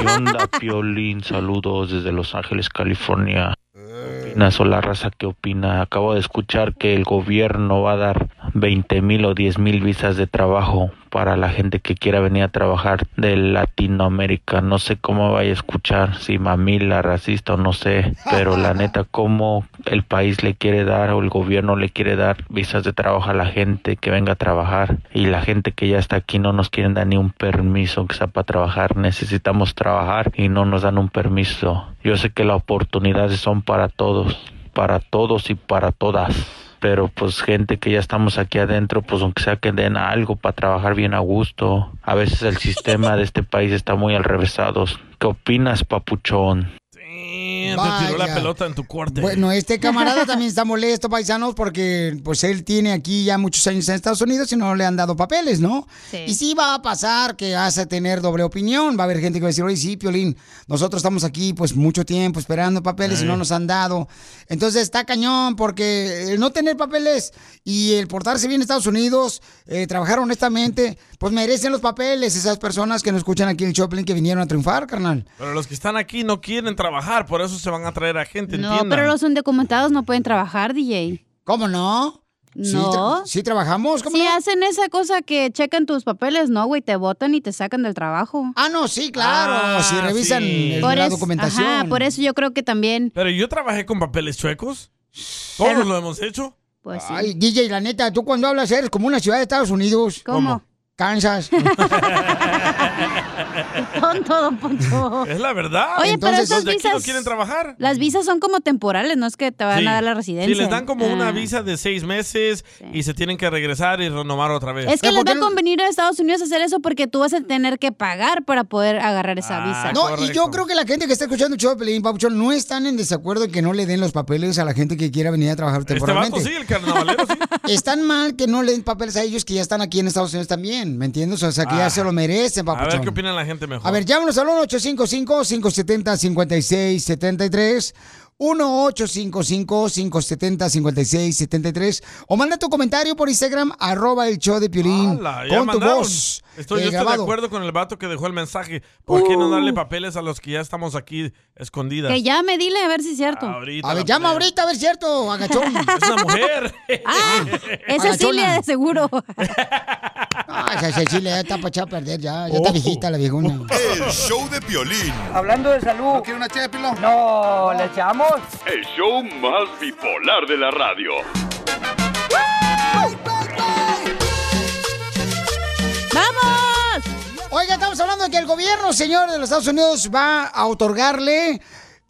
Speaker 21: ¿Qué onda, Piolín? Saludos desde Los Ángeles, California. ¿Qué opinas o la raza que opina? Acabo de escuchar que el gobierno va a dar 20 mil o 10 mil visas de trabajo para la gente que quiera venir a trabajar de Latinoamérica. No sé cómo vaya a escuchar, si mamila, racista o no sé, pero la neta, cómo el país le quiere dar o el gobierno le quiere dar visas de trabajo a la gente que venga a trabajar y la gente que ya está aquí no nos quieren dar ni un permiso que sea para trabajar. Necesitamos trabajar y no nos dan un permiso. Yo sé que las oportunidades son para todos, para todos y para todas pero pues gente que ya estamos aquí adentro, pues aunque sea que den algo para trabajar bien a gusto. A veces el sistema de este país está muy al revésado. ¿Qué opinas, papuchón?
Speaker 2: Eh, Te tiró la
Speaker 1: Vaya.
Speaker 2: pelota en tu corte.
Speaker 1: Bueno, este camarada también está molesto, paisanos, porque pues él tiene aquí ya muchos años en Estados Unidos y no le han dado papeles, ¿no? Y sí va a pasar que vas a tener doble opinión, va a haber gente que va a decir, oye, sí, Piolín, nosotros estamos aquí pues mucho tiempo esperando papeles y
Speaker 22: Ey.
Speaker 1: no nos han dado. Entonces está cañón, porque el no tener papeles y el portarse bien en Estados Unidos, eh, trabajar honestamente, pues merecen los papeles esas personas que no escuchan aquí el Choplin que vinieron a triunfar, carnal.
Speaker 2: Pero los que están aquí no quieren trabajar, por eso se van a traer a gente,
Speaker 3: No,
Speaker 2: entiendan.
Speaker 3: pero
Speaker 1: Ah,
Speaker 3: los indocumentados no pueden trabajar, DJ.
Speaker 1: ¿Cómo no? Sí,
Speaker 3: No.
Speaker 1: tra- sí trabajamos, ¿cómo
Speaker 3: si
Speaker 1: no?
Speaker 3: hacen esa cosa que checan tus papeles, no, güey, te botan y te sacan del trabajo.
Speaker 1: Ah, no, sí, claro,
Speaker 2: Ah, si revisan sí. el- la
Speaker 3: eso-
Speaker 2: documentación.
Speaker 3: Ajá, por eso yo creo que también.
Speaker 2: Pero yo trabajé con papeles chuecos. Todos
Speaker 1: Pero-
Speaker 2: lo hemos hecho.
Speaker 3: Pues
Speaker 1: Ay, DJ, la neta, tú cuando hablas eres como una ciudad de Estados Unidos.
Speaker 2: ¿Cómo?
Speaker 1: Kansas.
Speaker 3: Tonto, don Poncho.
Speaker 2: Es la verdad.
Speaker 3: Oye,
Speaker 2: Entonces,
Speaker 3: pero
Speaker 2: los
Speaker 3: esas
Speaker 2: de aquí no
Speaker 3: visas.
Speaker 2: quieren trabajar.
Speaker 3: Las visas son como temporales, no es que te van
Speaker 2: Sí.
Speaker 3: a dar la residencia.
Speaker 2: Sí, les dan como una
Speaker 3: Ah.
Speaker 2: visa de seis meses y se tienen que regresar y renovar otra vez.
Speaker 1: Eh,
Speaker 3: Es que les va a convenir a Estados Unidos hacer eso porque tú vas a tener que pagar para poder agarrar
Speaker 2: Ah,
Speaker 3: esa visa.
Speaker 1: Ah, No, y yo creo que la gente que está escuchando el show de Pelín Papuchón no están en desacuerdo en que no le den los papeles a la gente que quiera venir a trabajar
Speaker 2: Este
Speaker 1: temporalmente.
Speaker 2: vato sí, el carnavalero sí.
Speaker 1: Están mal que no le den papeles a ellos que ya están aquí en Estados Unidos también, ¿me entiendes? O sea, que
Speaker 2: Ah.
Speaker 1: ya se lo merecen,
Speaker 2: A ver
Speaker 1: Papuchón.
Speaker 2: qué opina la gente mejor.
Speaker 1: A ver, llámanos al 1-855-570-5673. 1-855-570-5673. O manda tu comentario por Instagram, arroba el show de Piolín.
Speaker 2: Ala, ya
Speaker 1: con tu
Speaker 2: mandaron.
Speaker 1: voz.
Speaker 2: Estoy,
Speaker 1: eh,
Speaker 2: yo estoy de
Speaker 1: grabado. Uh.
Speaker 2: acuerdo con el vato que dejó el mensaje. ¿Por qué no darle papeles a los que ya estamos aquí escondidas?
Speaker 3: Que llame, dile a ver si es cierto.
Speaker 2: Ahorita
Speaker 1: A ver,
Speaker 2: la
Speaker 1: llama
Speaker 2: ponemos.
Speaker 1: ahorita, a ver, cierto, agachón.
Speaker 2: Es una mujer.
Speaker 3: Ah, esa es Silvia, de
Speaker 1: Ah.
Speaker 3: seguro.
Speaker 1: Ay, esa Cecilia ya está para echar a perder, ya, ya está viejita la viejona.
Speaker 13: El show de Piolín.
Speaker 6: Hablando de salud. ¿No quiere una ché de pilón? No, ¿le echamos?
Speaker 7: El show más bipolar de la radio.
Speaker 1: ¡Vamos! Oiga, estamos hablando de que el gobierno, señor, de los Estados Unidos va a otorgarle...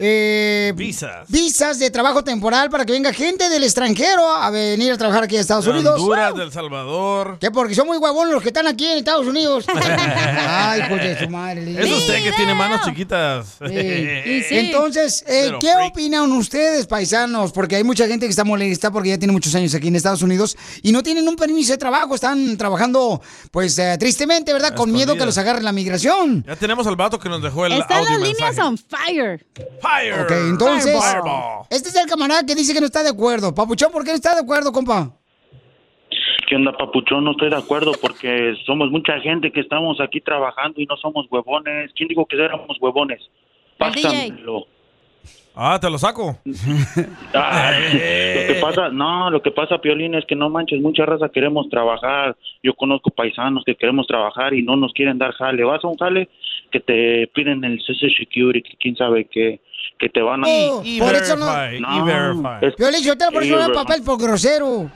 Speaker 1: eh,
Speaker 2: Visas.
Speaker 1: Visas de trabajo temporal para que venga gente del extranjero a venir a trabajar aquí a Estados
Speaker 2: De
Speaker 1: Unidos.
Speaker 2: Honduras, del Salvador.
Speaker 1: Que porque son muy huevones los que están aquí en Estados Unidos. Ay, hijo de su madre. le digo.
Speaker 2: Es usted que tiene manos chiquitas.
Speaker 1: Eh, Entonces, eh,
Speaker 2: Pero
Speaker 1: ¿qué
Speaker 2: freak.
Speaker 1: opinan ustedes, paisanos? Porque hay mucha gente que está molesta porque ya tiene muchos años aquí en Estados Unidos y no tienen un permiso de trabajo, están trabajando, pues, eh, tristemente, ¿verdad? Con miedo que
Speaker 2: Escondidas.
Speaker 1: los agarre la migración.
Speaker 2: Ya tenemos al vato que nos dejó el
Speaker 1: Están
Speaker 2: audio
Speaker 1: las líneas
Speaker 2: mensaje.
Speaker 1: on fire.
Speaker 2: Fire.
Speaker 1: Ok, entonces,
Speaker 2: Fireball.
Speaker 1: este es el camarada que dice que no está de acuerdo. Papuchón, ¿por qué no está de acuerdo, compa?
Speaker 23: ¿Qué onda, papuchón? No estoy de acuerdo porque somos mucha gente que estamos aquí trabajando y no somos huevones. ¿Quién dijo que éramos huevones? Pásamelo.
Speaker 2: Ah, te lo saco.
Speaker 23: Lo que pasa, no, lo que pasa, Piolín, es que no manches, mucha raza queremos trabajar. Yo conozco paisanos que queremos trabajar y no nos quieren dar jale. Vas a un jale que te piden el CC Security, que quién sabe qué, que te van a...
Speaker 1: Y- y Oh, Por eso no- verify, y
Speaker 23: no. es-
Speaker 1: Yo le dije, por eso no da
Speaker 23: E-verify.
Speaker 1: papel por grosero.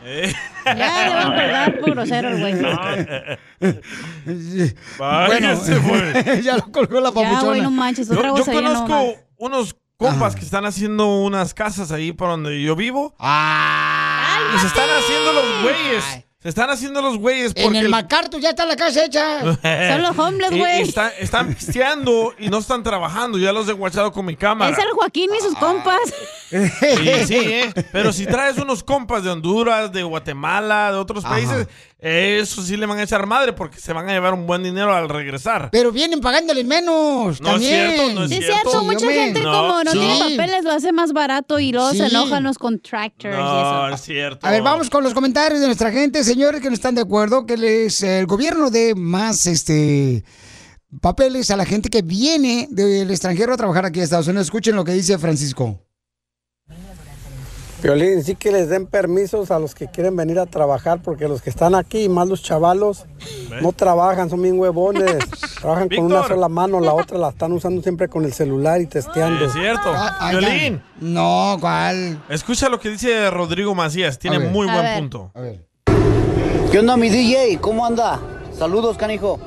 Speaker 3: Ya le van a pegar por grosero el güey.
Speaker 2: Vaya, se fue.
Speaker 1: ya lo colgó la
Speaker 3: Ya, güey, no manches, otra
Speaker 2: yo, yo
Speaker 3: grosería no
Speaker 2: conozco
Speaker 3: más.
Speaker 2: unos compas que están haciendo unas casas ahí por donde yo vivo.
Speaker 1: Ah.
Speaker 2: Y se están haciendo los güeyes. Se están haciendo los güeyes
Speaker 1: En
Speaker 2: porque
Speaker 1: el
Speaker 2: el-
Speaker 1: MacArthur ya está la casa hecha. Son los hombres,
Speaker 2: Y- y
Speaker 1: güey.
Speaker 2: está- están pisteando y no están trabajando. Ya los he guachado con mi cámara.
Speaker 3: Es el Joaquín y sus compas.
Speaker 2: Sí, sí, ¿eh? Pero si traes unos compas de Honduras, de Guatemala, de otros
Speaker 1: Ajá.
Speaker 2: países, eso sí le van a echar madre porque se van a llevar un buen dinero al regresar.
Speaker 1: Ah, Pero vienen pagándoles menos.
Speaker 2: No es
Speaker 1: también.
Speaker 2: cierto, no es
Speaker 3: Sí, es cierto,
Speaker 2: Sí,
Speaker 3: mucha
Speaker 2: hombre.
Speaker 3: gente
Speaker 2: No,
Speaker 3: como no
Speaker 2: sí.
Speaker 3: tiene papeles lo hace más barato y luego se
Speaker 1: Sí.
Speaker 3: enojan los contractors y eso.
Speaker 2: No, es cierto.
Speaker 1: A ver, vamos con los comentarios de nuestra gente, señores que no están de acuerdo, que les eh, el gobierno dé más este papeles a la gente que viene del extranjero a trabajar aquí a Estados Unidos. Escuchen lo que dice Francisco.
Speaker 22: Violín, sí que les den permisos a los que quieren venir a trabajar, porque los que están aquí, más los chavalos, no trabajan, son bien huevones. Trabajan con una
Speaker 2: Víctor.
Speaker 22: sola mano, la otra la están usando siempre con el celular y testeando.
Speaker 2: Es cierto. Violín.
Speaker 1: Ah, No, ¿cuál?
Speaker 2: Escucha lo que dice Rodrigo Macías. Tiene
Speaker 22: A ver.
Speaker 2: muy
Speaker 22: A
Speaker 2: buen
Speaker 22: ver.
Speaker 2: punto.
Speaker 24: ¿Qué onda mi DJ? ¿Cómo anda? Saludos, canijo.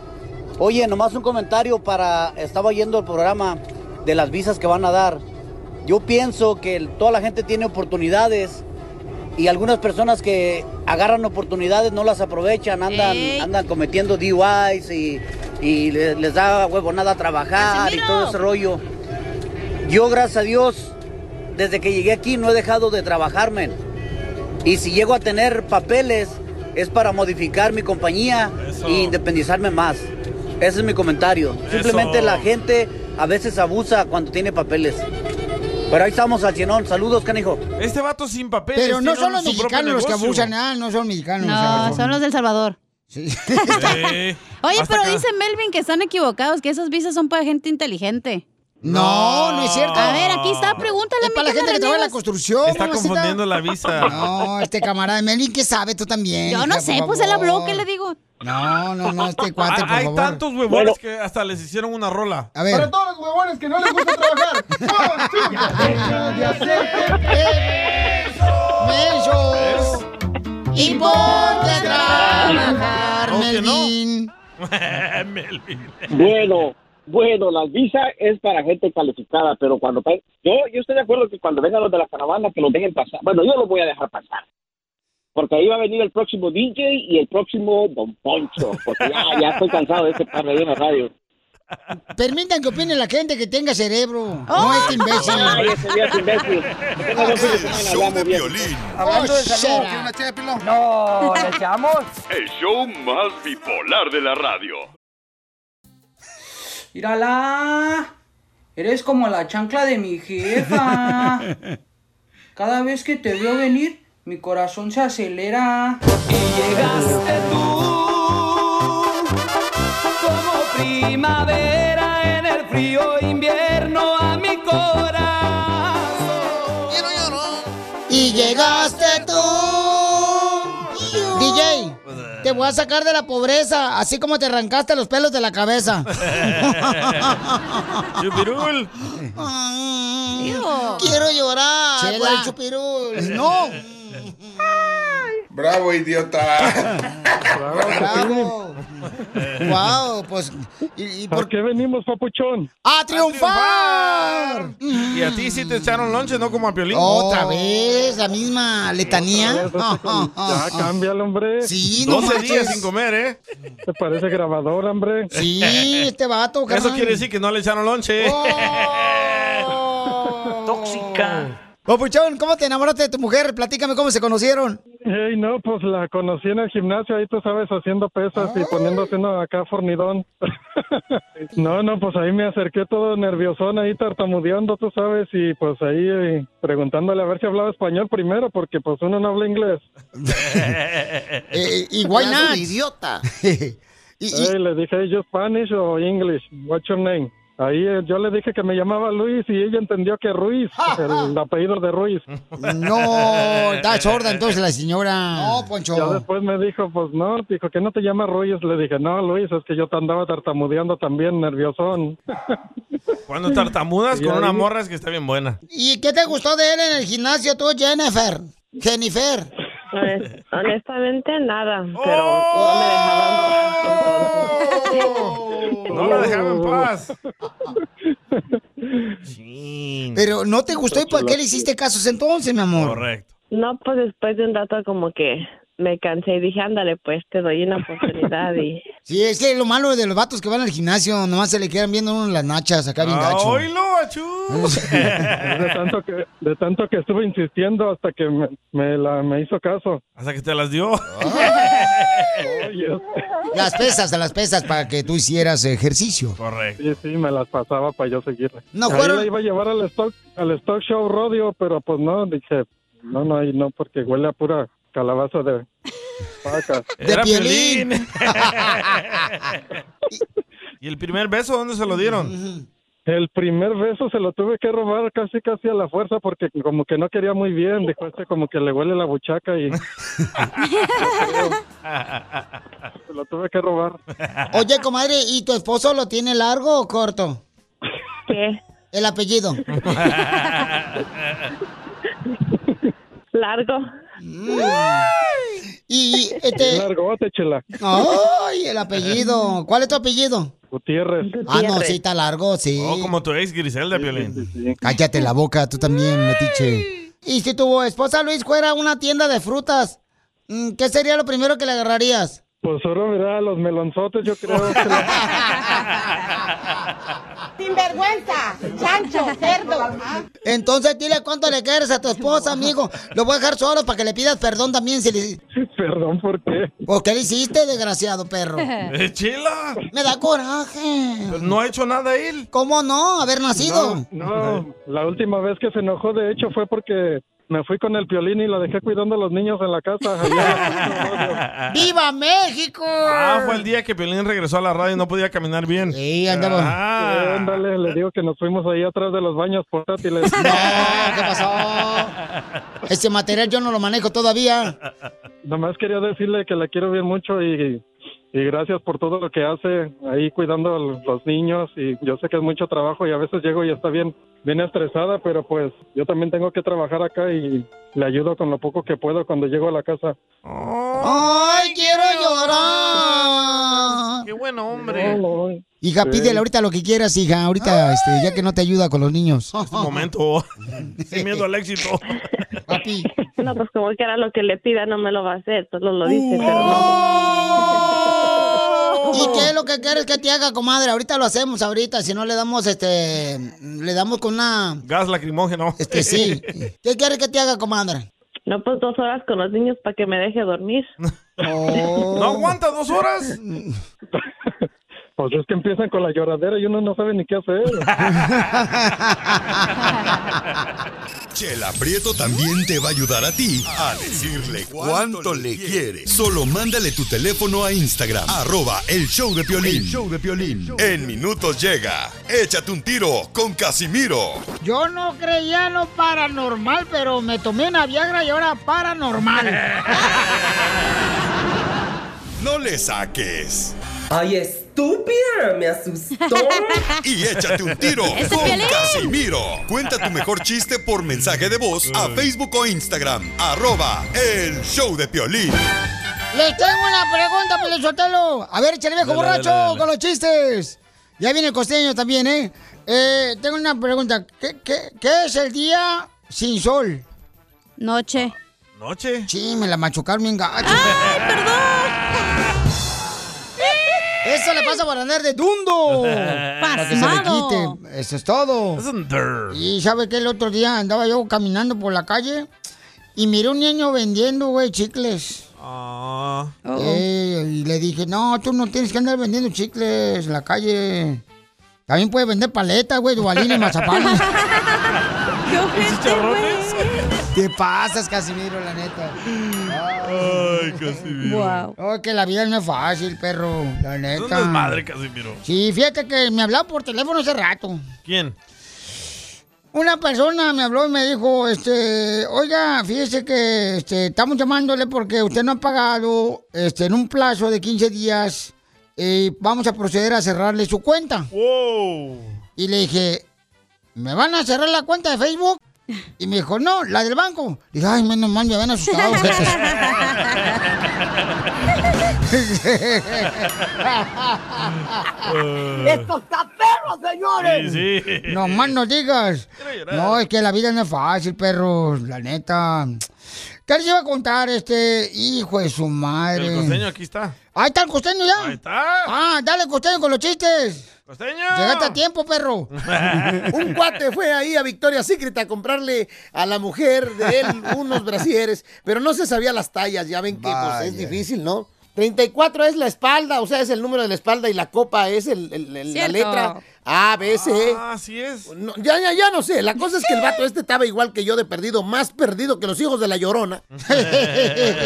Speaker 24: Oye, nomás un comentario para... Estaba oyendo el programa de las visas que van a dar. Yo pienso que el- toda la gente tiene oportunidades y algunas personas que agarran oportunidades no las aprovechan, andan, andan cometiendo DUIs y, y le- les da huevo nada trabajar y todo ese rollo. Yo, gracias a Dios, desde que llegué aquí no he dejado de trabajar, men. Y si llego a tener papeles, es para modificar mi compañía e independizarme más. Ese es mi comentario. Simplemente la gente a veces abusa cuando tiene papeles. Pero ahí estamos al llenón. Saludos, canijo.
Speaker 2: Este vato sin papeles.
Speaker 1: Pero no
Speaker 2: tiene
Speaker 1: son los
Speaker 2: su propio
Speaker 1: mexicanos los que
Speaker 2: negocio.
Speaker 1: abusan, ah, no son mexicanos.
Speaker 3: No, son los del Salvador.
Speaker 2: Sí.
Speaker 3: Oye,
Speaker 2: Hasta
Speaker 3: pero
Speaker 2: acá.
Speaker 3: dice Melvin que están equivocados, que esas visas son para gente inteligente.
Speaker 1: No, no es cierto.
Speaker 3: A ver, aquí está, pregúntale a
Speaker 1: Es para la gente que trabaja en la construcción.
Speaker 2: Está
Speaker 1: mamacita.
Speaker 2: confundiendo la visa.
Speaker 1: No, este camarada, Melvin, ¿qué sabe tú también?
Speaker 3: Yo no
Speaker 1: hija,
Speaker 3: sé,
Speaker 1: por
Speaker 3: pues él
Speaker 1: favor?
Speaker 3: habló, ¿qué le digo?
Speaker 1: No, no, no, este cuate, por
Speaker 2: Ah, Hay
Speaker 1: favor.
Speaker 2: tantos huevones que hasta les hicieron una rola.
Speaker 1: A ver. Para
Speaker 2: todos los huevones que no les gusta trabajar.
Speaker 1: ¡Besos! Y ponte a trabajar, Melvin.
Speaker 25: Bueno, bueno, la visa es para gente calificada, pero cuando pa- yo yo estoy de acuerdo que cuando vengan los de la caravana que los dejen pasar. Bueno, yo los voy a dejar pasar. Porque ahí va a venir el próximo DJ y el próximo Don Poncho, porque ya, ya estoy cansado de ese par de la radio.
Speaker 1: Permitan que opine la gente que tenga cerebro.
Speaker 3: Oh.
Speaker 1: No este imbécil.
Speaker 25: Ay, ese día es imbécil. Que tenga buen fin de semana, hablamos bien.
Speaker 6: Hablando de salud,
Speaker 1: ¿quiere una
Speaker 6: ché de pilón? No, ¿le echamos?
Speaker 7: El show más bipolar de la radio.
Speaker 26: Mírala, eres como la chancla de mi jefa. Cada vez que te veo venir, mi corazón se acelera.
Speaker 9: Llegaste tú como primavera en el frío invierno a mi corazón. Quiero
Speaker 1: Y llegaste tú. DJ, te voy a sacar de la pobreza, así como te arrancaste los pelos de la cabeza.
Speaker 2: Chupirul.
Speaker 1: Quiero llorar por el
Speaker 2: Eh,
Speaker 1: chupirul. No.
Speaker 25: Bravo, idiota.
Speaker 1: Bravo. wow, pues. ¿y, por
Speaker 25: qué venimos, papuchón?
Speaker 1: ¡A triunfar!
Speaker 2: Y a ti sí te echaron lonche, no como a Piolín.
Speaker 1: Otra vez, la misma letanía.
Speaker 16: este,
Speaker 25: Ya, cámbialo, hombre.
Speaker 1: Ah, Sí, no
Speaker 2: 12 días
Speaker 1: manches.
Speaker 2: sin comer, ¿eh?
Speaker 25: Te parece grabador, hombre.
Speaker 1: Sí, este vato,
Speaker 2: Eso
Speaker 1: carnal. Oh.
Speaker 2: quiere decir que no le echaron lonche. Tóxica.
Speaker 1: Papuchón, ¿cómo te enamoraste de tu mujer? Platícame cómo se conocieron.
Speaker 25: Ey, no, pues la conocí en el gimnasio, ahí tú sabes, haciendo pesas
Speaker 1: Ah.
Speaker 25: y poniéndose uno acá fornidón. no, no, pues ahí me acerqué todo nerviosón, ahí tartamudeando, tú sabes, y pues ahí eh, preguntándole a ver si hablaba español primero, porque pues uno no habla inglés.
Speaker 1: y why
Speaker 25: Ya es un
Speaker 1: not?
Speaker 25: idiota.
Speaker 1: y,
Speaker 25: Ey, le dije, "Hey, you Spanish o English? What's your name? Ahí eh, yo le dije que me llamaba Luis y ella entendió que Ruiz, el apellido de Ruiz.
Speaker 1: No, está sorda entonces la señora. No,
Speaker 25: Ya
Speaker 1: Poncho.
Speaker 25: después me dijo, pues no, dijo que no te llamas Ruiz. Le dije, no, Luis, es que yo te andaba tartamudeando también, nerviosón.
Speaker 2: Cuando tartamudas
Speaker 25: Y
Speaker 2: con una
Speaker 25: ahí-
Speaker 2: morra es que está bien buena.
Speaker 1: ¿Y qué te gustó de él en el gimnasio tú, Jennifer? Jennifer. Oh,
Speaker 27: Honest- Pues, Honestamente nada, pero no me dejaban.
Speaker 2: No la dejaba en paz.
Speaker 1: Pero no te gustó y por qué le hiciste casos entonces, mi amor.
Speaker 2: Correcto.
Speaker 27: No, pues después de un rato como que me cansé y dije, ándale, pues te doy una oportunidad y
Speaker 1: Sí, es que lo malo de los vatos que van al gimnasio, nomás se le quedan viendo uno las nachas acá bien gacho.
Speaker 2: ¡Oílo, achú!
Speaker 25: de, tanto que, de tanto que estuve insistiendo hasta que me, me la, me hizo caso.
Speaker 2: Hasta que te las dio.
Speaker 1: Las pesas, a las pesas para que tú hicieras ejercicio.
Speaker 2: Correcto.
Speaker 25: Sí, sí, me las pasaba para yo seguirla.
Speaker 1: No,
Speaker 25: Ahí
Speaker 1: fueron-
Speaker 25: la iba a llevar al stock, al stock show rodeo, pero pues no, dije, no, no, ahí no, porque huele a pura calabaza de vacas.
Speaker 2: Era Piolín. ¿Y el primer beso dónde se lo dieron?
Speaker 25: El primer beso se lo tuve que robar casi casi a la fuerza porque como que no quería muy bien, dijo este como que le huele la buchaca y se lo tuve que robar.
Speaker 1: Oye, comadre, ¿y tu esposo lo tiene largo o corto?
Speaker 27: ¿Qué?
Speaker 1: El apellido.
Speaker 27: Largo.
Speaker 1: Mm. Y este.
Speaker 25: Largote, chela.
Speaker 1: ¡Ay, el apellido! ¿Cuál es tu apellido?
Speaker 25: Gutiérrez.
Speaker 1: Ah, no, sí, está largo, sí.
Speaker 2: Oh, como tu ex Griselda, Piolín.
Speaker 1: Cállate la boca, tú también, metiche. Y si tu esposa Luis fuera a una tienda de frutas, mm, ¿qué sería lo primero que le agarrarías?
Speaker 25: Pues solo verá los melonzotes, yo creo.
Speaker 8: Sinvergüenza, chancho, cerdo.
Speaker 1: Entonces dile cuánto le quieres a tu esposa, amigo. Lo voy a dejar solo para que le pidas perdón también si le...
Speaker 25: Perdón, ¿por qué?
Speaker 1: ¿Por qué le hiciste, desgraciado perro?
Speaker 2: Eh, chila!
Speaker 1: Me da coraje.
Speaker 2: Pues No ha hecho nada él.
Speaker 1: ¿Cómo no? Haber nacido.
Speaker 25: No, no, la última vez que se enojó, de hecho, fue porque me fui con el piolín y la dejé cuidando a los niños en la casa.
Speaker 1: ¡Viva México!
Speaker 2: Ah, fue el día que Piolín regresó a la radio y no podía caminar bien.
Speaker 1: Sí, andaba.
Speaker 2: Ah.
Speaker 25: Eh, ándale, le digo que nos fuimos ahí atrás de los baños portátiles.
Speaker 1: No, ¿qué pasó? Este material yo no lo manejo todavía.
Speaker 25: Nomás quería decirle que la quiero bien mucho y, y gracias por todo lo que hace ahí cuidando a los niños. Y yo sé que es mucho trabajo y a veces llego y está bien, bien estresada, pero pues yo también tengo que trabajar acá y le ayudo con lo poco que puedo cuando llego a la casa.
Speaker 1: ¡Ay, quiero llorar!
Speaker 2: ¡Qué buen hombre!
Speaker 1: Hija,
Speaker 2: Sí.
Speaker 1: pídele ahorita lo que quieras, hija. Ahorita, este, ya que no te ayuda con los niños.
Speaker 2: este Momento. Sin miedo al éxito.
Speaker 27: No, pues como que era lo que le pida, no me lo va a hacer, solo lo dice, pero
Speaker 1: ¿Y qué es lo que quieres que te haga, comadre? Ahorita lo hacemos, ahorita. Si no, le damos, este, le damos con una...
Speaker 2: Gas lacrimógeno.
Speaker 1: Este, sí. ¿Qué quieres que te haga, comadre?
Speaker 27: No, pues dos horas con los niños para que me deje dormir.
Speaker 1: ¿No
Speaker 2: aguanta dos horas?
Speaker 25: Pues es que empiezan con la lloradera y uno no sabe ni qué hacer.
Speaker 13: Chela Prieto también te va a ayudar a ti a decirle cuánto le quiere. Solo mándale tu teléfono a Instagram, arroba el show de Piolín.
Speaker 1: El
Speaker 13: de En minutos llega. Échate un tiro con Casimiro.
Speaker 1: Yo no creía lo paranormal, pero me tomé una Viagra y ahora paranormal.
Speaker 13: No le saques.
Speaker 10: ¡Ay, estúpida! Me asustó.
Speaker 13: Y échate un tiro
Speaker 10: ¡Ese
Speaker 13: con
Speaker 10: Piolín!
Speaker 13: Casimiro. Cuenta tu mejor chiste por mensaje de voz a Facebook o Instagram, arroba el show de Piolín.
Speaker 1: Les tengo una pregunta, Pelizotelo. A ver, échale viejo
Speaker 13: Dale,
Speaker 1: borracho
Speaker 13: dale, dale.
Speaker 1: con los chistes. Ya viene el costeño también, ¿eh? Eh, tengo una pregunta. ¿Qué, qué, qué es el día sin sol? Noche.
Speaker 2: ¿Noche?
Speaker 1: Sí, me la machucaron bien gacho.
Speaker 9: ¡Ah!
Speaker 1: Eso le pasa por andar de dundo. Para que se le
Speaker 9: Pasmado.
Speaker 1: quite. Eso es todo. Y sabe que el otro día andaba yo caminando por la calle y miré un niño vendiendo, güey, chicles.
Speaker 2: Ah. Oh.
Speaker 1: Eh, y le dije, no, tú no tienes que andar vendiendo chicles en la calle. También puedes vender paletas, güey, dubalines, mazapanes.
Speaker 9: ¿Chicharrones?
Speaker 1: Te pasas, Casimiro, la neta.
Speaker 2: Ay, Casimiro.
Speaker 1: Wow. Oh, que la vida no es fácil, perro, la
Speaker 2: Es un
Speaker 1: neta.
Speaker 2: desmadre, Casimiro.
Speaker 1: Sí, fíjate que me hablaba por teléfono hace rato.
Speaker 2: ¿Quién?
Speaker 1: Una persona me habló y me dijo, este, oiga, fíjese que este, estamos llamándole porque usted no ha pagado este, en un plazo de 15 días y vamos a proceder a cerrarle su cuenta. Y le dije, ¿me van a cerrar la cuenta de Facebook? Y me dijo, no, la del banco. Dije, ay, menos mal, me habían asustado.
Speaker 2: Eh.
Speaker 9: ¡Esto está perro, señores!
Speaker 1: Sí, No más no digas. No, es que la vida no es fácil, perros, la neta. ¿Qué les iba a contar este hijo de su madre?
Speaker 2: El costeño aquí está.
Speaker 1: Ahí está el costeño ya.
Speaker 2: Ahí está.
Speaker 1: Ah, dale costeño con los chistes.
Speaker 2: ¡Costeño!
Speaker 1: Llegaste a tiempo, perro.
Speaker 14: Un cuate fue ahí a Victoria Secret a comprarle a la mujer de él unos brasieres, pero no se sabía las tallas, ya ven que pues, es difícil, ¿no? 34 es la espalda, o sea, es el número de la espalda y la copa es el- el- el- la
Speaker 2: Cierto.
Speaker 14: letra A, B, C.
Speaker 2: Ah, así es.
Speaker 14: No, ya, ya, ya no sé. La cosa es que el vato este estaba igual que yo de perdido, más perdido que los hijos de la llorona.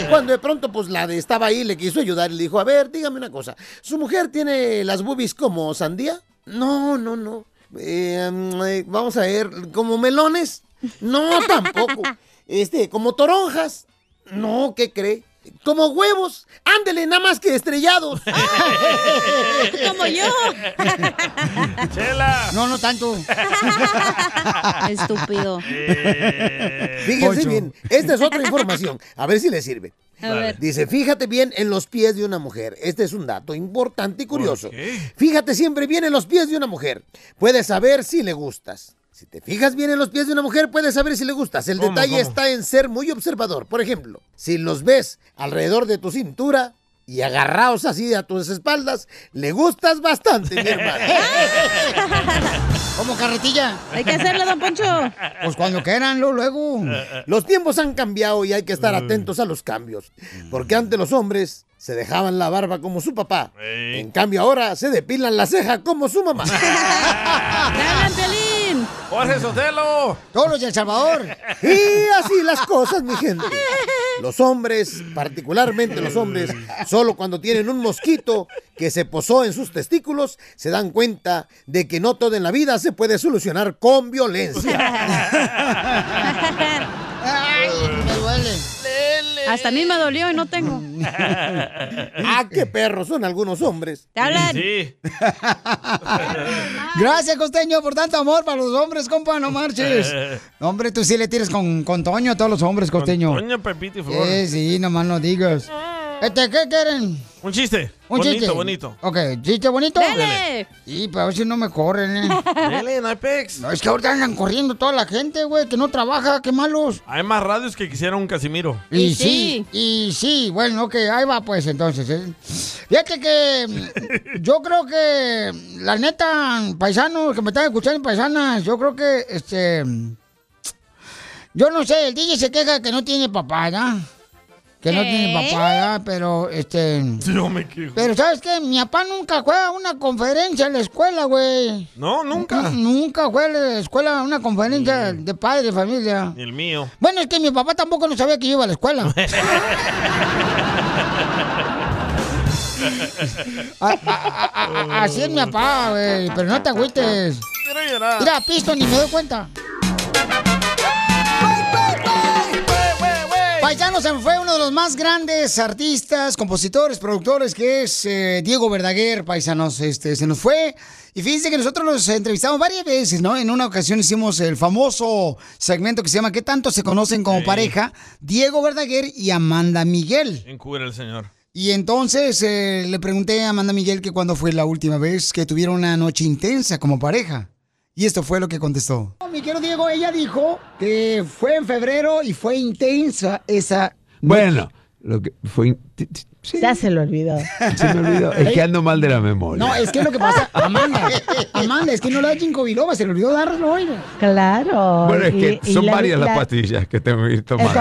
Speaker 14: Cuando de pronto, pues la de estaba ahí, le quiso ayudar y le dijo: A ver, dígame una cosa. ¿Su mujer tiene las boobies como sandía? No, no, no. eh, mm, eh, vamos a ver, como melones, no tampoco. Este, como toronjas, no, ¿qué cree? Como huevos, ándele, nada más que estrellados.
Speaker 3: Como yo.
Speaker 2: Chela.
Speaker 1: No, no tanto.
Speaker 3: Estúpido.
Speaker 1: Eh,
Speaker 14: Fíjense bien, esta es otra información. A ver si le sirve.
Speaker 3: A ver.
Speaker 14: Dice, fíjate bien en los pies de una mujer. Este es un dato importante y curioso. Fíjate siempre bien en los pies de una mujer. Puedes saber si le gustas. Si te fijas bien en los pies de una mujer, puedes saber si le gustas. El
Speaker 1: ¿Cómo,
Speaker 14: detalle
Speaker 1: cómo?
Speaker 14: está en ser muy observador. Por ejemplo, si los ves alrededor de tu cintura y agarrados así a tus espaldas, le gustas bastante, mi hermano.
Speaker 1: Como carretilla.
Speaker 14: Hay que hacerlo, don Poncho.
Speaker 1: Pues cuando quieran, lo luego.
Speaker 14: Los tiempos han cambiado y hay que estar atentos a los cambios. Porque antes los hombres se dejaban la barba como su papá. En cambio ahora se depilan la ceja como su mamá.
Speaker 2: Jorge Sotelo.
Speaker 1: Todos los de El Salvador.
Speaker 14: Y así las cosas, mi gente. Los hombres, particularmente los hombres, solo cuando tienen un mosquito que se posó en sus testículos, se dan cuenta de que no todo en la vida se puede solucionar con violencia.
Speaker 1: Ay, me duele.
Speaker 3: Hasta a mí me dolió y no tengo.
Speaker 14: ah, qué perros son algunos hombres.
Speaker 3: ¿Te hablan?
Speaker 1: Gracias, Costeño, por tanto amor para los hombres, compa, no marches. No, hombre, tú sí le tires con, con Toño a todos los hombres, Costeño.
Speaker 2: Doña Pepito y Flor.
Speaker 1: Sí, sí, nomás no digas. Este, ¿qué quieren?
Speaker 2: Un chiste.
Speaker 1: Un
Speaker 2: bonito,
Speaker 1: chiste.
Speaker 2: bonito.
Speaker 1: Ok, ¿chiste bonito?
Speaker 2: Dale.
Speaker 1: Y para ver si no me corren, eh.
Speaker 2: Dale, no hay pex.
Speaker 1: No, es que ahorita andan corriendo toda la gente, güey, que no trabaja, qué malos.
Speaker 2: Hay más radios que quisiera un Casimiro.
Speaker 1: Y sí, y sí, bueno, ok, ahí va pues entonces. ¿eh? Fíjate que mm, yo creo que, mm, la neta, paisanos que me están escuchando, paisanas, yo creo que, este, yo no sé, el DJ se queja que no tiene papá, ¿ya? Que no
Speaker 9: ¿Qué?
Speaker 1: tiene papá, ¿ya? Pero, este...
Speaker 2: Yo me quejo.
Speaker 1: Pero, ¿sabes qué? Mi papá nunca fue a una conferencia en la escuela, güey.
Speaker 2: No, nunca.
Speaker 1: N- Nunca fue a la escuela a una conferencia de padre de familia.
Speaker 2: Ni el mío.
Speaker 1: Bueno, es que mi papá tampoco no sabía que yo iba a la escuela. A- a- a- a- así es mi papá, güey. Pero no te agüites.
Speaker 2: Quiero llorar.
Speaker 1: Mira, pisto, ni me doy cuenta. Paisano se me fue uno de los más grandes artistas, compositores, productores, que es eh, Diego Verdaguer, paisanos, este, se nos fue. Y fíjense que nosotros los entrevistamos varias veces, ¿no? En una ocasión hicimos el famoso segmento que se llama ¿Qué tanto se conocen como
Speaker 2: Sí.
Speaker 1: pareja? Diego Verdaguer y Amanda Miguel.
Speaker 2: Encubre el señor.
Speaker 1: Y entonces eh, le pregunté a Amanda Miguel que cuándo fue la última vez que tuvieron una noche intensa como pareja. Y esto fue lo que contestó. Mi querido Diego, ella dijo que fue en febrero y fue intensa esa...
Speaker 5: Bueno, lo que fue. in- ti- ti- Sí,
Speaker 1: Ya se lo olvidó.
Speaker 5: se me olvidó. Es que ando mal de la memoria.
Speaker 1: No, es que lo que pasa, Amanda, Amanda, es que no le da ginkgo biloba, se le olvidó darlo hoy. Claro.
Speaker 5: bueno, es que son varias las pastillas que tengo que ir tomando.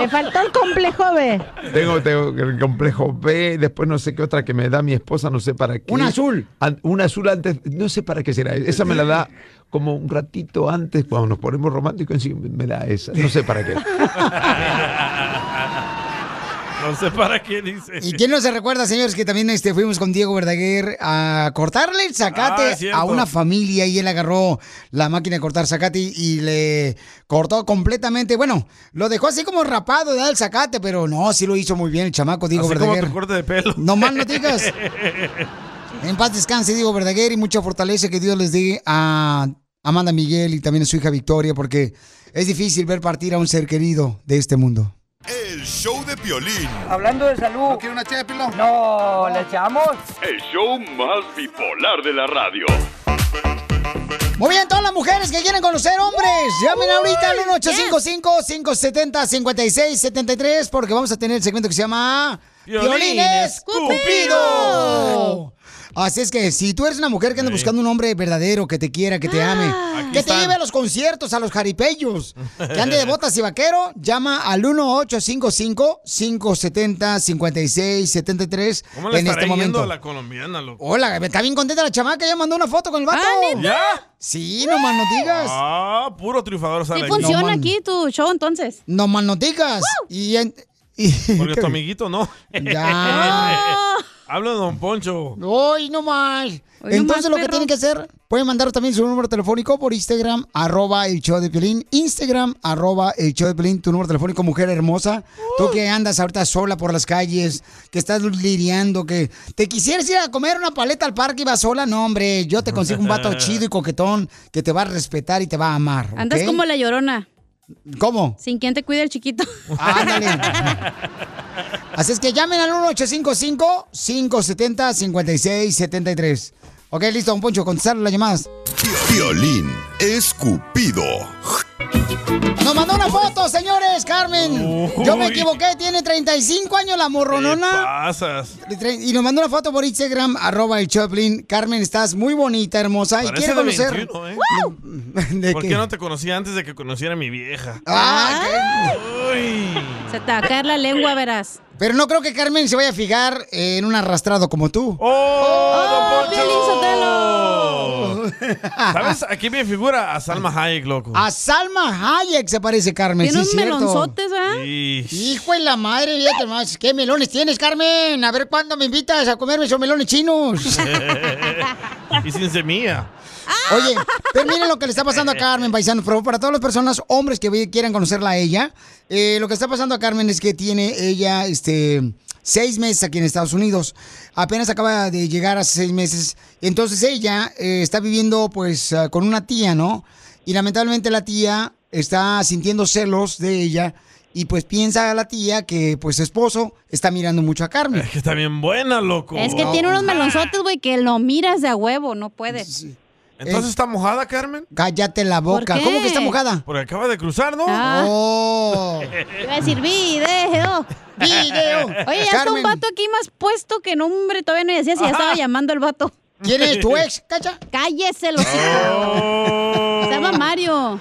Speaker 15: Le faltó el complejo B.
Speaker 5: Tengo, tengo el complejo B, después no sé qué otra que me da mi esposa, no sé para qué.
Speaker 1: Un azul.
Speaker 5: An- un azul antes, no sé para qué será. Esa me la da como un ratito antes, cuando nos ponemos románticos, sí, me da esa. No sé para qué.
Speaker 2: No sé para qué dice.
Speaker 1: ¿Y quién no se recuerda, señores, que también este, fuimos con Diego Verdaguer a cortarle el
Speaker 2: Ah,
Speaker 1: zacate
Speaker 2: es cierto.
Speaker 1: a una familia y él agarró la máquina de cortar zacate y, y le cortó completamente. Bueno, lo dejó así como rapado, ¿verdad? El zacate, pero no, sí lo hizo muy bien el chamaco, Diego
Speaker 2: Así como
Speaker 1: Verdaguer.
Speaker 2: tu corte de pelo.
Speaker 1: No más no digas. En paz descanse, Diego Verdaguer, y mucha fortaleza que Dios les dé a Amanda Miguel y también a su hija Victoria, porque es difícil ver partir a un ser querido de este mundo.
Speaker 13: El show de Piolín.
Speaker 6: Hablando de salud. ¿No quiere una ché de pilón? No, ¿le echamos?
Speaker 7: El show más bipolar de la radio.
Speaker 1: Muy bien, todas las mujeres que quieren conocer hombres, llamen ahorita al 1-855-570-5673 porque vamos a tener el segmento que se llama...
Speaker 9: Violín
Speaker 1: ¡Violines
Speaker 9: Cupido.
Speaker 1: Cupido! Así es que si tú eres una mujer que anda buscando un hombre verdadero que te quiera, que te ame,
Speaker 2: Ah.
Speaker 1: que te
Speaker 9: están.
Speaker 1: lleve a los conciertos, a los jaripellos, que ande de botas y vaquero, llama al 1-855-570-5673
Speaker 2: ¿Cómo le
Speaker 1: en
Speaker 2: estará
Speaker 1: este
Speaker 2: yendo
Speaker 1: momento.
Speaker 2: a la colombiana, loco?
Speaker 1: Hola, está bien contenta la chamaca, ya mandó una foto con el vato.
Speaker 2: Ah, ¿Ya?
Speaker 1: Sí, no más no digas.
Speaker 2: Ah, puro triunfador sale
Speaker 3: Sí
Speaker 2: aquí.
Speaker 3: funciona aquí tu show entonces.
Speaker 1: No más no digas. Y, en- y-
Speaker 2: Porque tu amiguito no.
Speaker 1: Ya.
Speaker 2: Hablo de Don Poncho.
Speaker 1: ¡Ay, no más! Entonces lo que tienen que hacer, pueden mandar también su número telefónico por Instagram, arroba el show de Piolín, Instagram, arroba el show de Piolín, tu número telefónico, mujer hermosa, tú que andas ahorita sola por las calles, que estás lidiando, que te quisieras ir a comer una paleta al parque y vas sola, no, hombre, yo te consigo un vato chido y coquetón que te va a respetar y te va a amar,
Speaker 3: Andas
Speaker 1: ¿ok?
Speaker 3: como la llorona,
Speaker 1: ¿Cómo?
Speaker 3: sin quien te cuide el chiquito.
Speaker 1: Así es que llamen al 1-855-570-5673. Ok, listo, don Poncho, contestar las llamadas.
Speaker 13: Violín escupido.
Speaker 1: Nos mandó una foto, señores, Carmen. Yo me
Speaker 2: Uy.
Speaker 1: equivoqué, tiene 35 años la
Speaker 2: ¿Qué
Speaker 1: morronona.
Speaker 2: pasas?
Speaker 1: De tre- Y nos mandó una foto por Instagram, arroba el Choplin. Carmen, estás muy bonita, hermosa. y
Speaker 2: Parece
Speaker 1: quiere
Speaker 2: de
Speaker 1: conocer.
Speaker 2: 21, ¿eh?
Speaker 1: ¿De
Speaker 2: ¿Por
Speaker 1: qué? ¡Ah!
Speaker 2: qué no te conocía antes de que conociera a mi vieja?
Speaker 3: ¡Ah! Se te va a caer la lengua, verás.
Speaker 1: Pero no creo que Carmen se vaya a fijar en un arrastrado como tú.
Speaker 2: Oh.
Speaker 3: ¡Oh,
Speaker 2: ¿Sabes? Aquí me figura a Salma Hayek, loco.
Speaker 1: A Salma Hayek se parece Ah, Carmen, sí,
Speaker 3: Tiene un
Speaker 1: es cierto.
Speaker 3: melonzotes, ¿verdad?
Speaker 2: Y-
Speaker 1: Hijo de la madre, fíjate más. ¿Qué melones tienes, Carmen? A ver cuándo me invitas a comerme esos melones chinos.
Speaker 2: y sin semilla.
Speaker 1: Oye, pero miren lo que le está pasando a Carmen, paisano. Pero para todas las personas, hombres que vi- quieran conocerla a ella, eh, lo que está pasando a Carmen es que tiene ella este, seis meses aquí en Estados Unidos. Apenas acaba de llegar hace seis meses. Entonces ella eh, está viviendo pues ah, con una tía, ¿no? Y lamentablemente la tía está sintiendo celos de ella. Y pues piensa la tía que pues su esposo está mirando mucho a Carmen.
Speaker 2: Que está bien buena, loco.
Speaker 3: Es que tiene unos melonzotes, güey, que lo miras de a huevo, no puedes.
Speaker 2: Entonces está mojada, Carmen.
Speaker 1: Cállate la boca.
Speaker 3: qué?
Speaker 1: ¿Cómo que está mojada?
Speaker 2: Porque acaba de cruzar, ¿no?
Speaker 3: Ah.
Speaker 1: Oh.
Speaker 3: Iba a decir video, video. Oye, ya está un
Speaker 1: Carmen.
Speaker 3: vato aquí más puesto que nombre, todavía no decía si ya estaba
Speaker 1: Ajá.
Speaker 3: llamando el vato.
Speaker 1: ¿Quién es tu ex, cacha?
Speaker 3: Cállese, los
Speaker 2: Oh.
Speaker 3: Se llama Mario.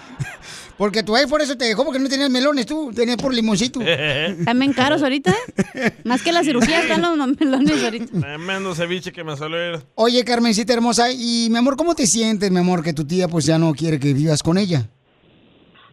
Speaker 1: Porque tu ex por eso te dejó, porque no tenías melones tú, tenías por limoncito.
Speaker 3: También caros ahorita, ¿eh? Más que la cirugía están los mamelones ahorita.
Speaker 2: Tremendo ceviche que me salió. ir.
Speaker 1: Oye, Carmencita hermosa, y mi amor, ¿cómo te sientes, mi amor, que tu tía pues ya no quiere que vivas con ella?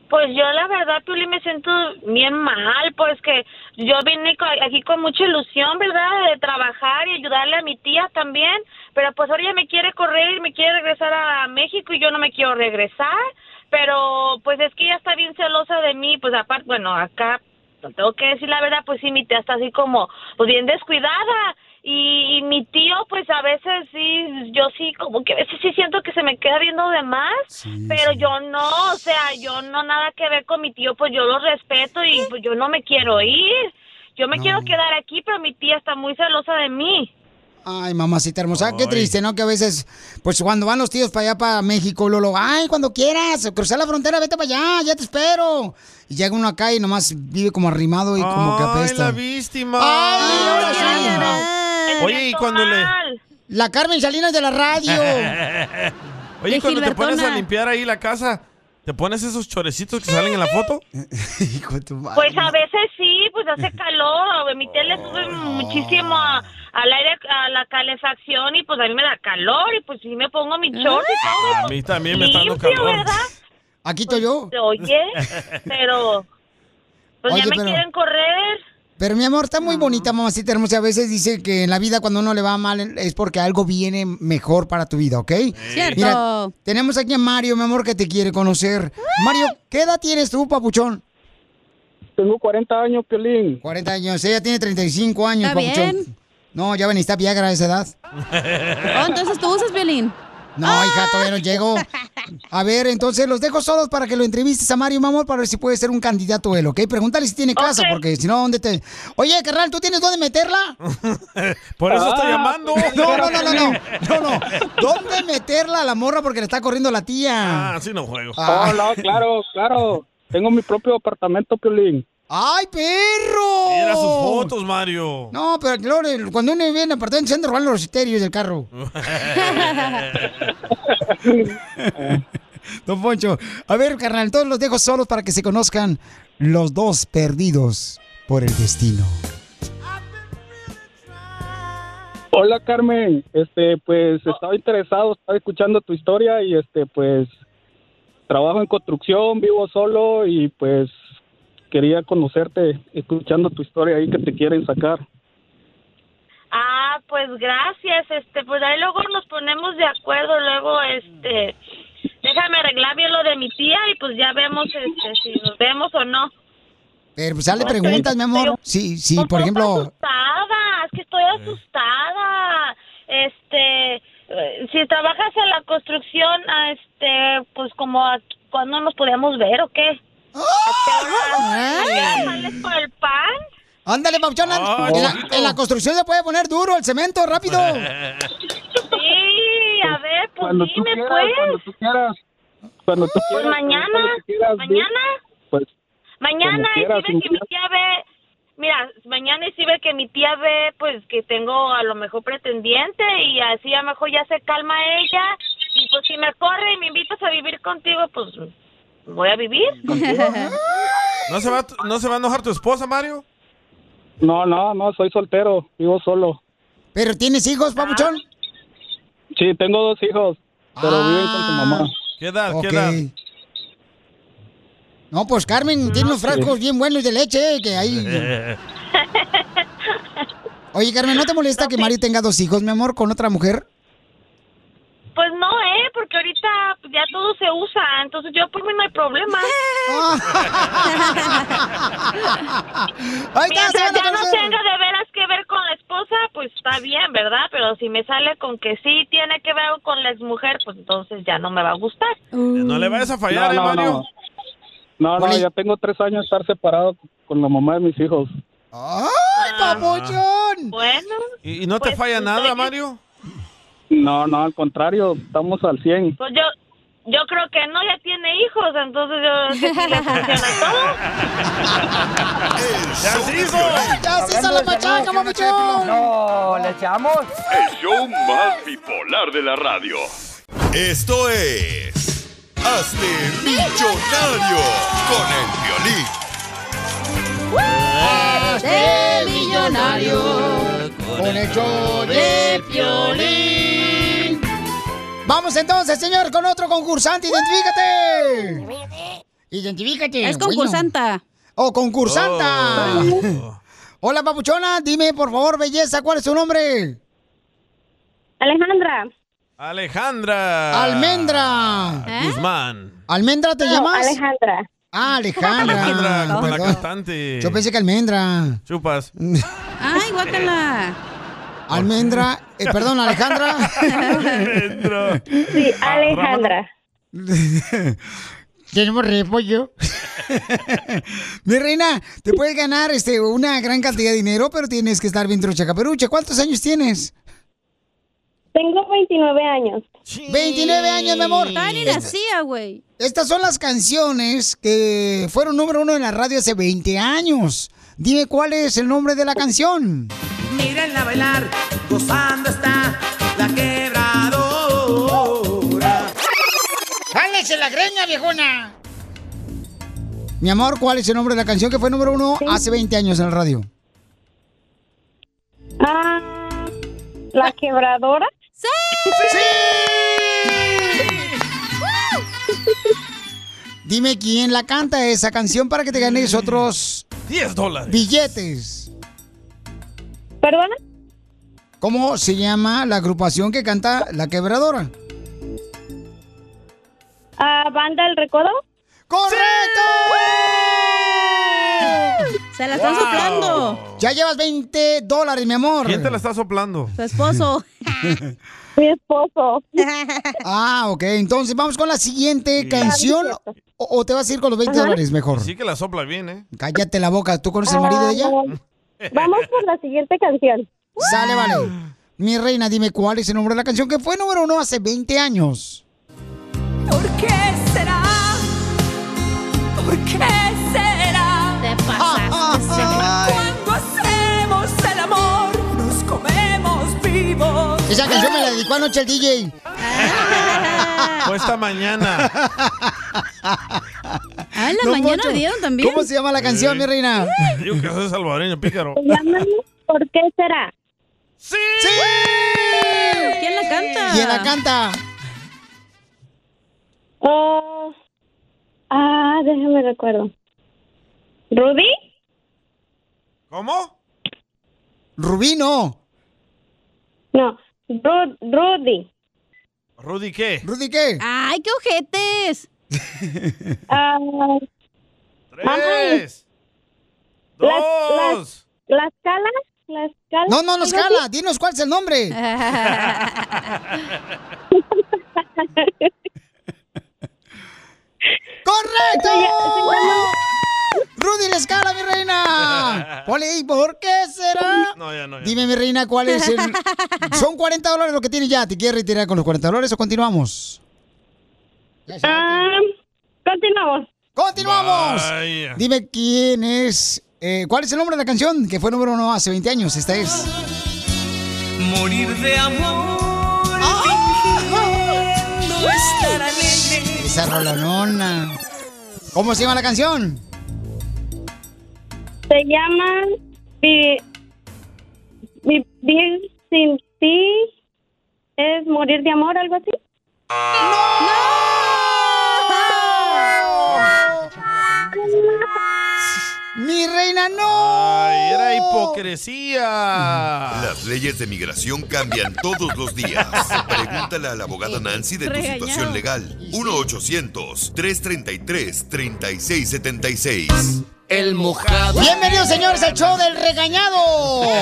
Speaker 20: Pues yo la verdad, Piolín, me siento bien mal, pues que yo vine co- aquí con mucha ilusión, ¿verdad? De trabajar y ayudarle a mi tía también, pero pues ahora ella me quiere correr, me quiere regresar a México y yo no me quiero regresar, pero pues es que ella está bien celosa de mí, pues aparte, bueno, acá tengo que decir la verdad, pues sí, mi tía está así como, pues bien descuidada. Y, y mi tío, pues a veces sí, yo sí, como que a veces sí siento que se me queda viendo de más, pero yo no, o sea, yo no nada que ver con mi tío, pues yo lo respeto y pues yo no me quiero ir. Yo me quiero quedar aquí, pero mi tía está muy celosa de mí.
Speaker 1: Ay, mamacita hermosa, qué triste, ¿no? Que a veces, pues cuando van los tíos para allá, para México, Lolo, ay, cuando quieras, cruzar la frontera, vete para allá, ya te espero. Y llega uno acá y nomás vive como arrimado y como que
Speaker 2: Ay, la
Speaker 1: apesta.
Speaker 2: víctima.
Speaker 1: Ay, ahora sí.
Speaker 2: Oye, y cuando le.
Speaker 1: La Carmen Salinas de la radio.
Speaker 2: Oye,
Speaker 1: De
Speaker 2: y cuando te pones a
Speaker 1: Gilbertona.
Speaker 2: limpiar ahí la casa, ¿te pones esos chorecitos que salen en la foto?
Speaker 1: Hijo de tu madre.
Speaker 20: Pues a veces sí, pues hace calor. a Mi tía le sube muchísimo a- al aire, a la calefacción y pues a mí me da calor y pues sí me pongo
Speaker 1: ¿Eh?
Speaker 20: mi short y todo.
Speaker 18: ¿eh?
Speaker 20: pues,
Speaker 2: A mí también me está dando
Speaker 20: Limpio,
Speaker 2: calor.
Speaker 20: ¿verdad?
Speaker 1: Aquí estoy yo.
Speaker 20: Oye, pero pues ya
Speaker 1: Oye,
Speaker 20: me
Speaker 1: pero-
Speaker 20: quieren correr.
Speaker 1: Pero mi amor, está muy bonita, mamacita hermosa. A veces dice que en la vida cuando uno le va mal es porque algo viene mejor para tu vida, ¿ok?
Speaker 3: Cierto. ¡Ah!
Speaker 1: Mira, tenemos aquí a Mario, mi amor, que te quiere conocer. Mario, ¿qué edad tienes tú, papuchón?
Speaker 18: Tengo 40 años, Piolín.
Speaker 1: 40 años, ella tiene 35 años,
Speaker 3: Está
Speaker 1: papuchón.
Speaker 3: bien.
Speaker 1: No, ya ven, está Viagra a esa edad.
Speaker 3: Oh, entonces tú usas violín.
Speaker 1: No, hija, todavía no llego. A ver, entonces los dejo solos para que lo entrevistes a Mario, mi amor, para ver si puede ser un candidato él, ¿ok? Pregúntale si tiene casa, porque si no, ¿dónde te...? Oye, carnal, ¿tú tienes dónde meterla?
Speaker 2: Por eso estoy llamando.
Speaker 1: Ah. No, no, no, no, no, no, no. ¿Dónde meterla a la morra porque le está corriendo la tía? Ah.
Speaker 2: Ah, sí no juego.
Speaker 18: Oh, no, claro, claro. Tengo mi propio apartamento, Piolín.
Speaker 1: ¡Ay, perro!
Speaker 2: Mira sus fotos, Mario.
Speaker 1: No, pero luego, cuando uno viene en apartamento se anda robando los estéreos del carro. Don Poncho, a ver, carnal, todos los dejo solos para que se conozcan los dos perdidos por el destino.
Speaker 18: Hola, Carmen. Este, pues estaba interesado, estaba escuchando tu historia y este, pues trabajo en construcción, vivo solo y pues quería conocerte escuchando tu historia ahí que te quieren sacar.
Speaker 20: Ah, pues gracias, este, pues ahí luego nos ponemos de acuerdo, luego, este, déjame arreglar bien lo de mi tía y pues ya vemos, este, si nos vemos o no.
Speaker 1: Pero pues hazle preguntas, mi amor. Sí, sí, por ejemplo,
Speaker 20: Asustada, es que estoy asustada, este, eh, si trabajas en la construcción, ah, este, pues como, a- ¿cuándo nos podemos ver o qué?
Speaker 18: ¡Ah!
Speaker 20: ¿A qué hora? ¿Sales por el pan?
Speaker 1: ándale, Pauchón,
Speaker 20: Ah,
Speaker 1: en, la,
Speaker 20: chiquito.
Speaker 1: en la construcción se puede poner duro el cemento, rápido.
Speaker 20: Sí, a ver, pues
Speaker 18: Cuando tú
Speaker 20: dime,
Speaker 18: quieras, cuando
Speaker 20: pues.
Speaker 18: tú quieras. Cuando tú
Speaker 20: Pues
Speaker 18: quieras,
Speaker 20: mañana,
Speaker 18: cuando tú quieras, di-
Speaker 20: mañana,
Speaker 18: Pues como
Speaker 20: mañana, y
Speaker 18: quieras,
Speaker 20: si ve
Speaker 18: sin
Speaker 20: que mi tía ve, mira, mañana y si ve que mi tía ve, pues que tengo a lo mejor pretendiente y así a lo mejor ya se calma ella y pues si me corre y me invitas a vivir contigo, pues voy a vivir.
Speaker 2: ¿No se, va, ¿No se va a enojar tu esposa, Mario?
Speaker 18: No, no, no, soy soltero, vivo solo.
Speaker 1: ¿Pero tienes hijos, papuchón? Ah.
Speaker 18: Sí, tengo dos hijos, pero viven con su mamá.
Speaker 2: ¿Qué edad?
Speaker 1: Ok.
Speaker 2: ¿Qué edad?
Speaker 1: No, pues Carmen tiene unos frascos bien buenos de leche, eh, que ahí... Oye, Carmen, ¿no te molesta que Mario tenga dos hijos, mi amor, con otra mujer?
Speaker 20: Pues no, eh, porque ahorita pues, ya todo se usa, entonces yo por mí no hay problema.
Speaker 1: Ahí
Speaker 20: Mientras
Speaker 1: está, se van a
Speaker 20: ya no
Speaker 1: conocer.
Speaker 20: tenga de veras que ver con la esposa, pues está bien, ¿verdad? Pero si me sale con que sí tiene que ver con la exmujer, pues entonces ya no me va a gustar.
Speaker 2: Eh, No le vayas a fallar,
Speaker 18: No, no,
Speaker 2: ¿eh, Mario?
Speaker 18: no. No, no, ya tengo tres años de estar separado con la mamá de mis hijos.
Speaker 1: ¡Ay, papuchón!
Speaker 20: Ah, Bueno.
Speaker 2: ¿Y, y no
Speaker 20: Pues,
Speaker 2: te falla nada, Mario?
Speaker 18: No, no, al contrario, estamos al 100.
Speaker 20: Pues yo, yo creo que no, ya tiene hijos, entonces yo creo que sí le funciona
Speaker 7: ¡Ya se hizo!
Speaker 1: ¡Ya
Speaker 7: se hizo la
Speaker 1: machaca,
Speaker 7: papuchón!
Speaker 28: No, ¿le echamos?
Speaker 7: El show más bipolar de la radio.
Speaker 13: Esto es. Hazte millonario con el violín.
Speaker 1: Hazte millonario con el show de Piolín. Vamos entonces, señor, con otro concursante. ¡Identifícate! ¡Identifícate!
Speaker 3: Es
Speaker 1: bueno.
Speaker 3: concursanta. Oh.
Speaker 1: ¡Oh, concursanta! Hola, papuchona. Dime, por favor, belleza, ¿cuál es tu nombre?
Speaker 20: Alejandra.
Speaker 2: Alejandra.
Speaker 1: Ah.
Speaker 2: Ah,
Speaker 1: Almendra.
Speaker 3: ¿Eh?
Speaker 2: Guzmán.
Speaker 1: ¿Almendra te
Speaker 20: No,
Speaker 1: llamas?
Speaker 20: Alejandra.
Speaker 1: Ah, Alejandra.
Speaker 2: Alejandra, como la
Speaker 1: Perdón.
Speaker 2: cantante.
Speaker 1: Yo pensé que Almendra.
Speaker 2: Chupas.
Speaker 3: Ay, guácala.
Speaker 1: Almendra, eh, perdón, Alejandra.
Speaker 2: Alejandra.
Speaker 20: Sí, Alejandra.
Speaker 1: Tenemos repollo. Mi reina, te puedes ganar este, una gran cantidad de dinero, pero tienes que estar bien trucha caperucha. ¿Cuántos años tienes?
Speaker 20: Tengo 29 años.
Speaker 1: 29 años, mi amor. Este
Speaker 3: Estaba ni
Speaker 1: Esta-
Speaker 3: nacía, güey.
Speaker 1: Estas son las canciones que fueron número uno en la radio hace 20 años. Dime cuál es el nombre de la canción.
Speaker 9: Mírenla bailar, gozando está la quebradora.
Speaker 1: ¡Jálese la greña, viejona! Mi amor, ¿cuál es el nombre de la canción que fue número uno hace 20 años en la radio?
Speaker 20: Ah, ¿La quebradora?
Speaker 3: ¡Sí!
Speaker 1: Dime quién la canta esa canción para que te ganes otros
Speaker 2: 10 dólares.
Speaker 1: billetes.
Speaker 20: ¿Perdona?
Speaker 1: ¿Cómo se llama la agrupación que canta La Quebradora?
Speaker 20: Ah, ¿Banda El Recodo?
Speaker 1: ¡Correcto!
Speaker 3: Se la están soplando.
Speaker 1: Ya llevas 20 dólares, mi amor.
Speaker 2: ¿Quién te la está soplando?
Speaker 3: Su esposo.
Speaker 20: Mi esposo.
Speaker 1: Ah, ok. Entonces vamos con la siguiente canción. O, o te vas a ir con los 20 dólares mejor?
Speaker 2: Sí que la sopla bien, ¿eh?
Speaker 1: Cállate la boca. ¿Tú conoces al marido de ella?
Speaker 20: Ah,
Speaker 3: Ah,
Speaker 20: Vamos por la siguiente canción.
Speaker 1: Sale, vale. Mi reina, dime cuál es el nombre de la canción que fue número uno hace 20 años.
Speaker 9: ¿Por qué será? ¿Por qué será?
Speaker 3: Te
Speaker 9: pasaste. Cuando hacemos el amor, nos comemos vivos.
Speaker 1: Esa canción me la dedicó anoche el DJ.
Speaker 2: Fue esta mañana.
Speaker 3: Ah, en la mañana dieron también.
Speaker 1: ¿Cómo se llama la canción,
Speaker 2: Sí.
Speaker 1: mi reina?
Speaker 2: Digo que soy salvadoreño, pícaro.
Speaker 20: ¿Por qué será?
Speaker 2: ¡Sí!
Speaker 3: ¿Quién la canta?
Speaker 1: ¿Quién la canta?
Speaker 20: Oh, ah, déjame recuerdo. ¿Rudy?
Speaker 2: ¿Cómo?
Speaker 1: Rubino.
Speaker 27: No, Ru- Rudy.
Speaker 2: ¿Rudy qué?
Speaker 1: ¿Rudy qué?
Speaker 3: ¡Ay, qué ojetes!
Speaker 27: Ah,
Speaker 2: ¡Tres! ¡Dos!
Speaker 27: ¿La escala? ¿La escala?
Speaker 1: No, no, no,
Speaker 27: ¿Algo
Speaker 1: escala.
Speaker 27: así?
Speaker 1: Dinos cuál es el nombre. ¡Correcto! ¡Rudy la escala, mi reina! Ponle, ¿y por qué será?
Speaker 2: No, ya no. ya.
Speaker 1: Dime, mi reina, ¿cuál es el...? Son 40 dólares lo que tiene ya. ¿Te quieres retirar con los 40 dólares o continuamos?
Speaker 27: continuamos.
Speaker 1: ¡Continuamos!
Speaker 2: Vaya.
Speaker 1: Dime quién es... eh, ¿Cuál es el nombre de la canción? Que fue número uno hace 20 años. Esta es...
Speaker 9: Morir de amor.
Speaker 1: Ah.
Speaker 9: fingiendo estar alegre.
Speaker 1: Esa rolonona. ¿Cómo se llama la canción?
Speaker 27: Se llama Vi- Vi- Vivir sin ti es morir de amor, algo así.
Speaker 1: ¡Mi reina, no!
Speaker 2: ¡Ay, era hipocresía!
Speaker 13: Las leyes de migración cambian todos los días. Pregúntale a la abogada Nancy de tu
Speaker 2: Regañado.
Speaker 13: situación legal. 1-800-333-3676.
Speaker 1: El mojado. Bienvenidos, señores, al show del regañado.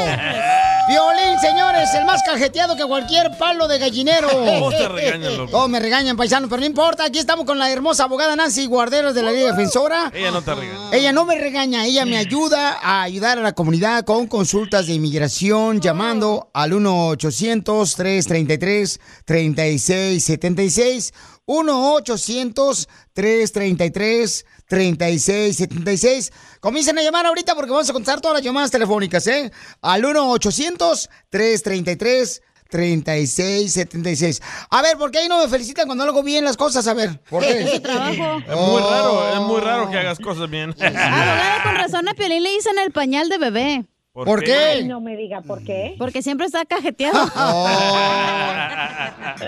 Speaker 1: Violín, señores, el más cajeteado que cualquier palo de gallinero.
Speaker 2: Todos te regañan, loco.
Speaker 1: Todos me regañan, paisano, pero no importa. Aquí estamos con la hermosa abogada Nancy Guarderos de la Liga Defensora.
Speaker 2: Ella no te regaña.
Speaker 1: Ella no me regaña, ella me ayuda a ayudar a la comunidad con consultas de inmigración llamando al 1-800-333-3676. 1-800-333-3676. Comiencen a llamar ahorita porque vamos a contar todas las llamadas telefónicas, ¿eh? Al 1-800-333-3676. 3676. A ver, ¿por qué ahí no me felicitan cuando hago bien las cosas? A ver, ¿por qué?
Speaker 3: Es su trabajo.
Speaker 2: Es
Speaker 1: Oh.
Speaker 2: muy raro, es muy raro que hagas cosas bien.
Speaker 3: Abogada, Ah, con razón a Piolín le dicen el pañal de bebé.
Speaker 2: ¿Por ¿Por qué?
Speaker 1: qué?
Speaker 3: no me diga por qué. Porque siempre está cajeteado.
Speaker 1: Oh,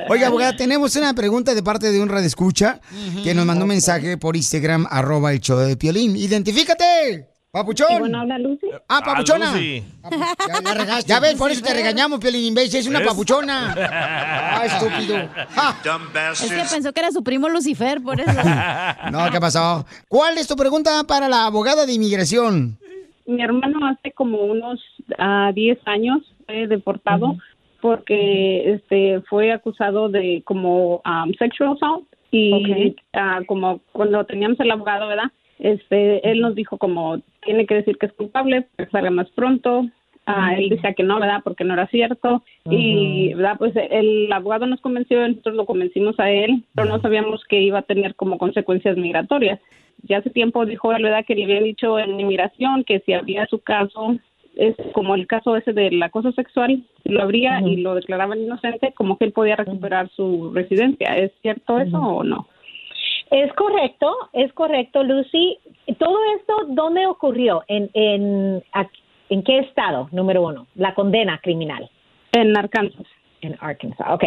Speaker 1: Oiga, abogada, tenemos una pregunta de parte de un radioescucha que nos mandó un mensaje por Instagram, arroba el show de Piolín. ¡Identifícate! ¡Papuchón!
Speaker 27: Bueno, habla Lucy.
Speaker 1: Ah, papuchona.
Speaker 9: Ah, Lucy.
Speaker 1: Papu- Ya, la regaste. Ya ves, por eso te regañamos, Piolín imbécil. Es una
Speaker 9: ¿Ves?
Speaker 1: papuchona.
Speaker 9: Ah,
Speaker 1: estúpido.
Speaker 3: es que pensó que era su primo Lucifer, por eso.
Speaker 1: No, ¿qué pasó? ¿Cuál es tu pregunta para la abogada de inmigración?
Speaker 27: Mi hermano hace como unos ah, 10 años fue deportado porque este fue acusado de como um, sexual assault y
Speaker 21: Ok.
Speaker 27: ah, como cuando teníamos el abogado, ¿verdad? Este, él nos dijo como tiene que decir que es culpable para que salga más pronto. Ah, Él
Speaker 21: Ujú.
Speaker 27: decía que no, ¿verdad? Porque no era cierto. Y, ¿verdad? Pues el abogado nos convenció, nosotros lo convencimos a él, pero no sabíamos que iba a tener como consecuencias migratorias. Ya hace tiempo dijo, él, ¿verdad? Que le habían dicho en inmigración que si había su caso, es como el caso ese del acoso sexual, si lo habría y lo declaraban inocente, como que él podía recuperar su residencia. ¿Es cierto eso o no?
Speaker 21: Es correcto, es correcto, Lucy. ¿Todo esto dónde ocurrió? ¿En, en, aquí- ¿en qué estado, número uno? La condena criminal.
Speaker 27: En Arkansas.
Speaker 21: En Arkansas, ok.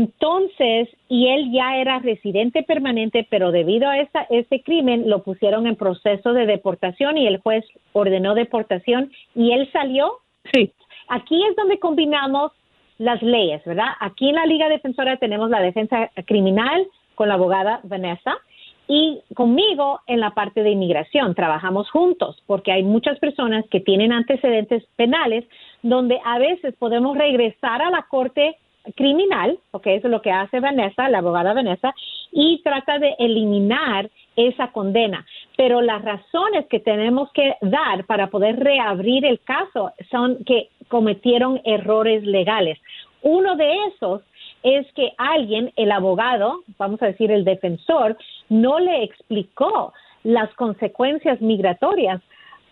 Speaker 21: Entonces, y él ya era residente permanente, pero debido a esta, este crimen lo pusieron en proceso de deportación y el juez ordenó deportación y él salió.
Speaker 27: Sí.
Speaker 21: Aquí es donde combinamos las leyes, ¿verdad? Aquí en la Liga Defensora tenemos la defensa criminal con la abogada Vanessa y conmigo en la parte de inmigración. Trabajamos juntos porque hay muchas personas que tienen antecedentes penales donde a veces podemos regresar a la corte criminal, porque eso es lo que hace Vanessa, la abogada Vanessa, y trata de eliminar esa condena. Pero las razones que tenemos que dar para poder reabrir el caso son que cometieron errores legales. Uno de esos es que alguien, el abogado, vamos a decir el defensor, no le explicó las consecuencias migratorias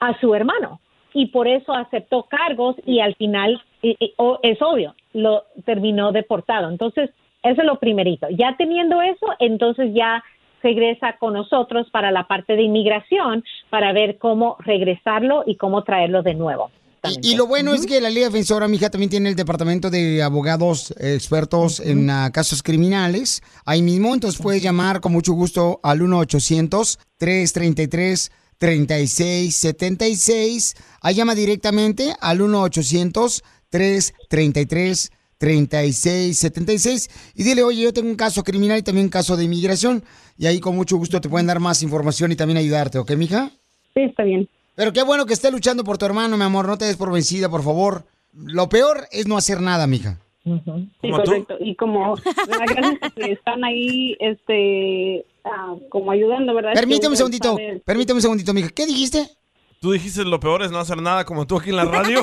Speaker 21: a su hermano y por eso aceptó cargos y al final, y- y- o- es obvio, lo terminó deportado. Entonces, eso es lo primerito. Ya teniendo eso, entonces ya regresa con nosotros para la parte de inmigración para ver cómo regresarlo y cómo traerlo de nuevo.
Speaker 1: Y lo bueno es que la Liga Defensora, mija, también tiene el departamento de abogados eh, expertos en ah, casos criminales. Ahí mismo, entonces puedes llamar con mucho gusto al 1-800-333. 3676. Ahí llama directamente al 1-800-333-3676. 3676 y dile, oye, yo tengo un caso criminal y también un caso de inmigración y ahí con mucho gusto te pueden dar más información y también ayudarte, ¿ok, mija?
Speaker 27: Sí, está bien.
Speaker 1: Pero qué bueno que esté luchando por tu hermano, mi amor, no te des por vencida, por favor. Lo peor es no hacer nada, mija.
Speaker 27: Sí,
Speaker 1: ¿Como tú?
Speaker 27: correcto. Y como ¿verdad? gracias que están ahí, este, ah, como ayudando, ¿verdad?
Speaker 1: Permíteme un
Speaker 27: Que uno
Speaker 1: segundito,
Speaker 27: sabe-
Speaker 1: permíteme un segundito, mija. ¿Qué dijiste?
Speaker 2: Tú dijiste lo peor es no hacer nada como tú aquí en la radio.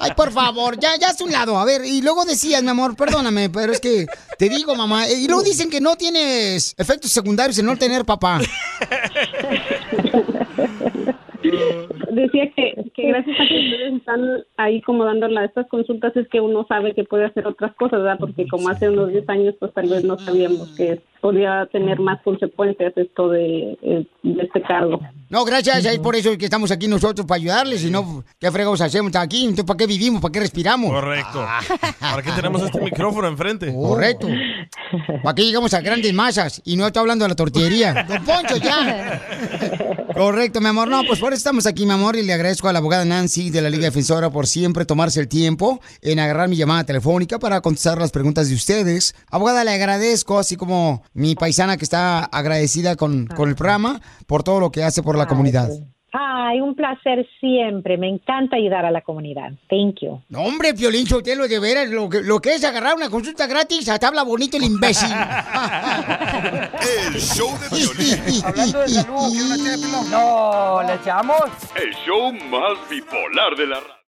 Speaker 1: Ay, por favor, ya, ya es un lado. A ver, y luego decías, mi amor, perdóname, pero es que te digo, mamá. eh, Y luego dicen que no tienes efectos secundarios en no tener papá.
Speaker 27: Decía que, que gracias a que ustedes están ahí como dando la- estas consultas es que uno sabe que puede hacer otras cosas, ¿verdad? Porque como hace unos 10 años, pues tal vez no sabíamos que podía tener más consecuencias esto de, eh, de este cargo.
Speaker 1: No, gracias, es por eso que estamos aquí nosotros, para ayudarles. Si no, ¿qué fregos hacemos aquí? Entonces, ¿para qué vivimos? ¿Para qué respiramos?
Speaker 2: Correcto. ¿Para qué tenemos este micrófono enfrente?
Speaker 1: Correcto. ¿Para qué Pues llegamos a grandes masas? Y no estoy hablando de la tortillería. Don Poncho, ya. Correcto, mi amor. No, pues por eso estamos aquí, mi amor, y le agradezco a la abogada Nancy de la Liga Defensora por siempre tomarse el tiempo en agarrar mi llamada telefónica para contestar las preguntas de ustedes. Abogada, le agradezco, así como mi paisana que está agradecida con, con el programa por todo lo que hace por la comunidad.
Speaker 21: Ay, un placer siempre. Me encanta ayudar a la comunidad. Thank you.
Speaker 1: No, hombre, Piolín Sotelo, de veras, lo que, lo que es agarrar una consulta gratis, hasta habla bonito el imbécil.
Speaker 13: El show de violín.
Speaker 6: Hablando de salud, ¿quiere una No, ¿le echamos?
Speaker 7: El show más bipolar de la radio.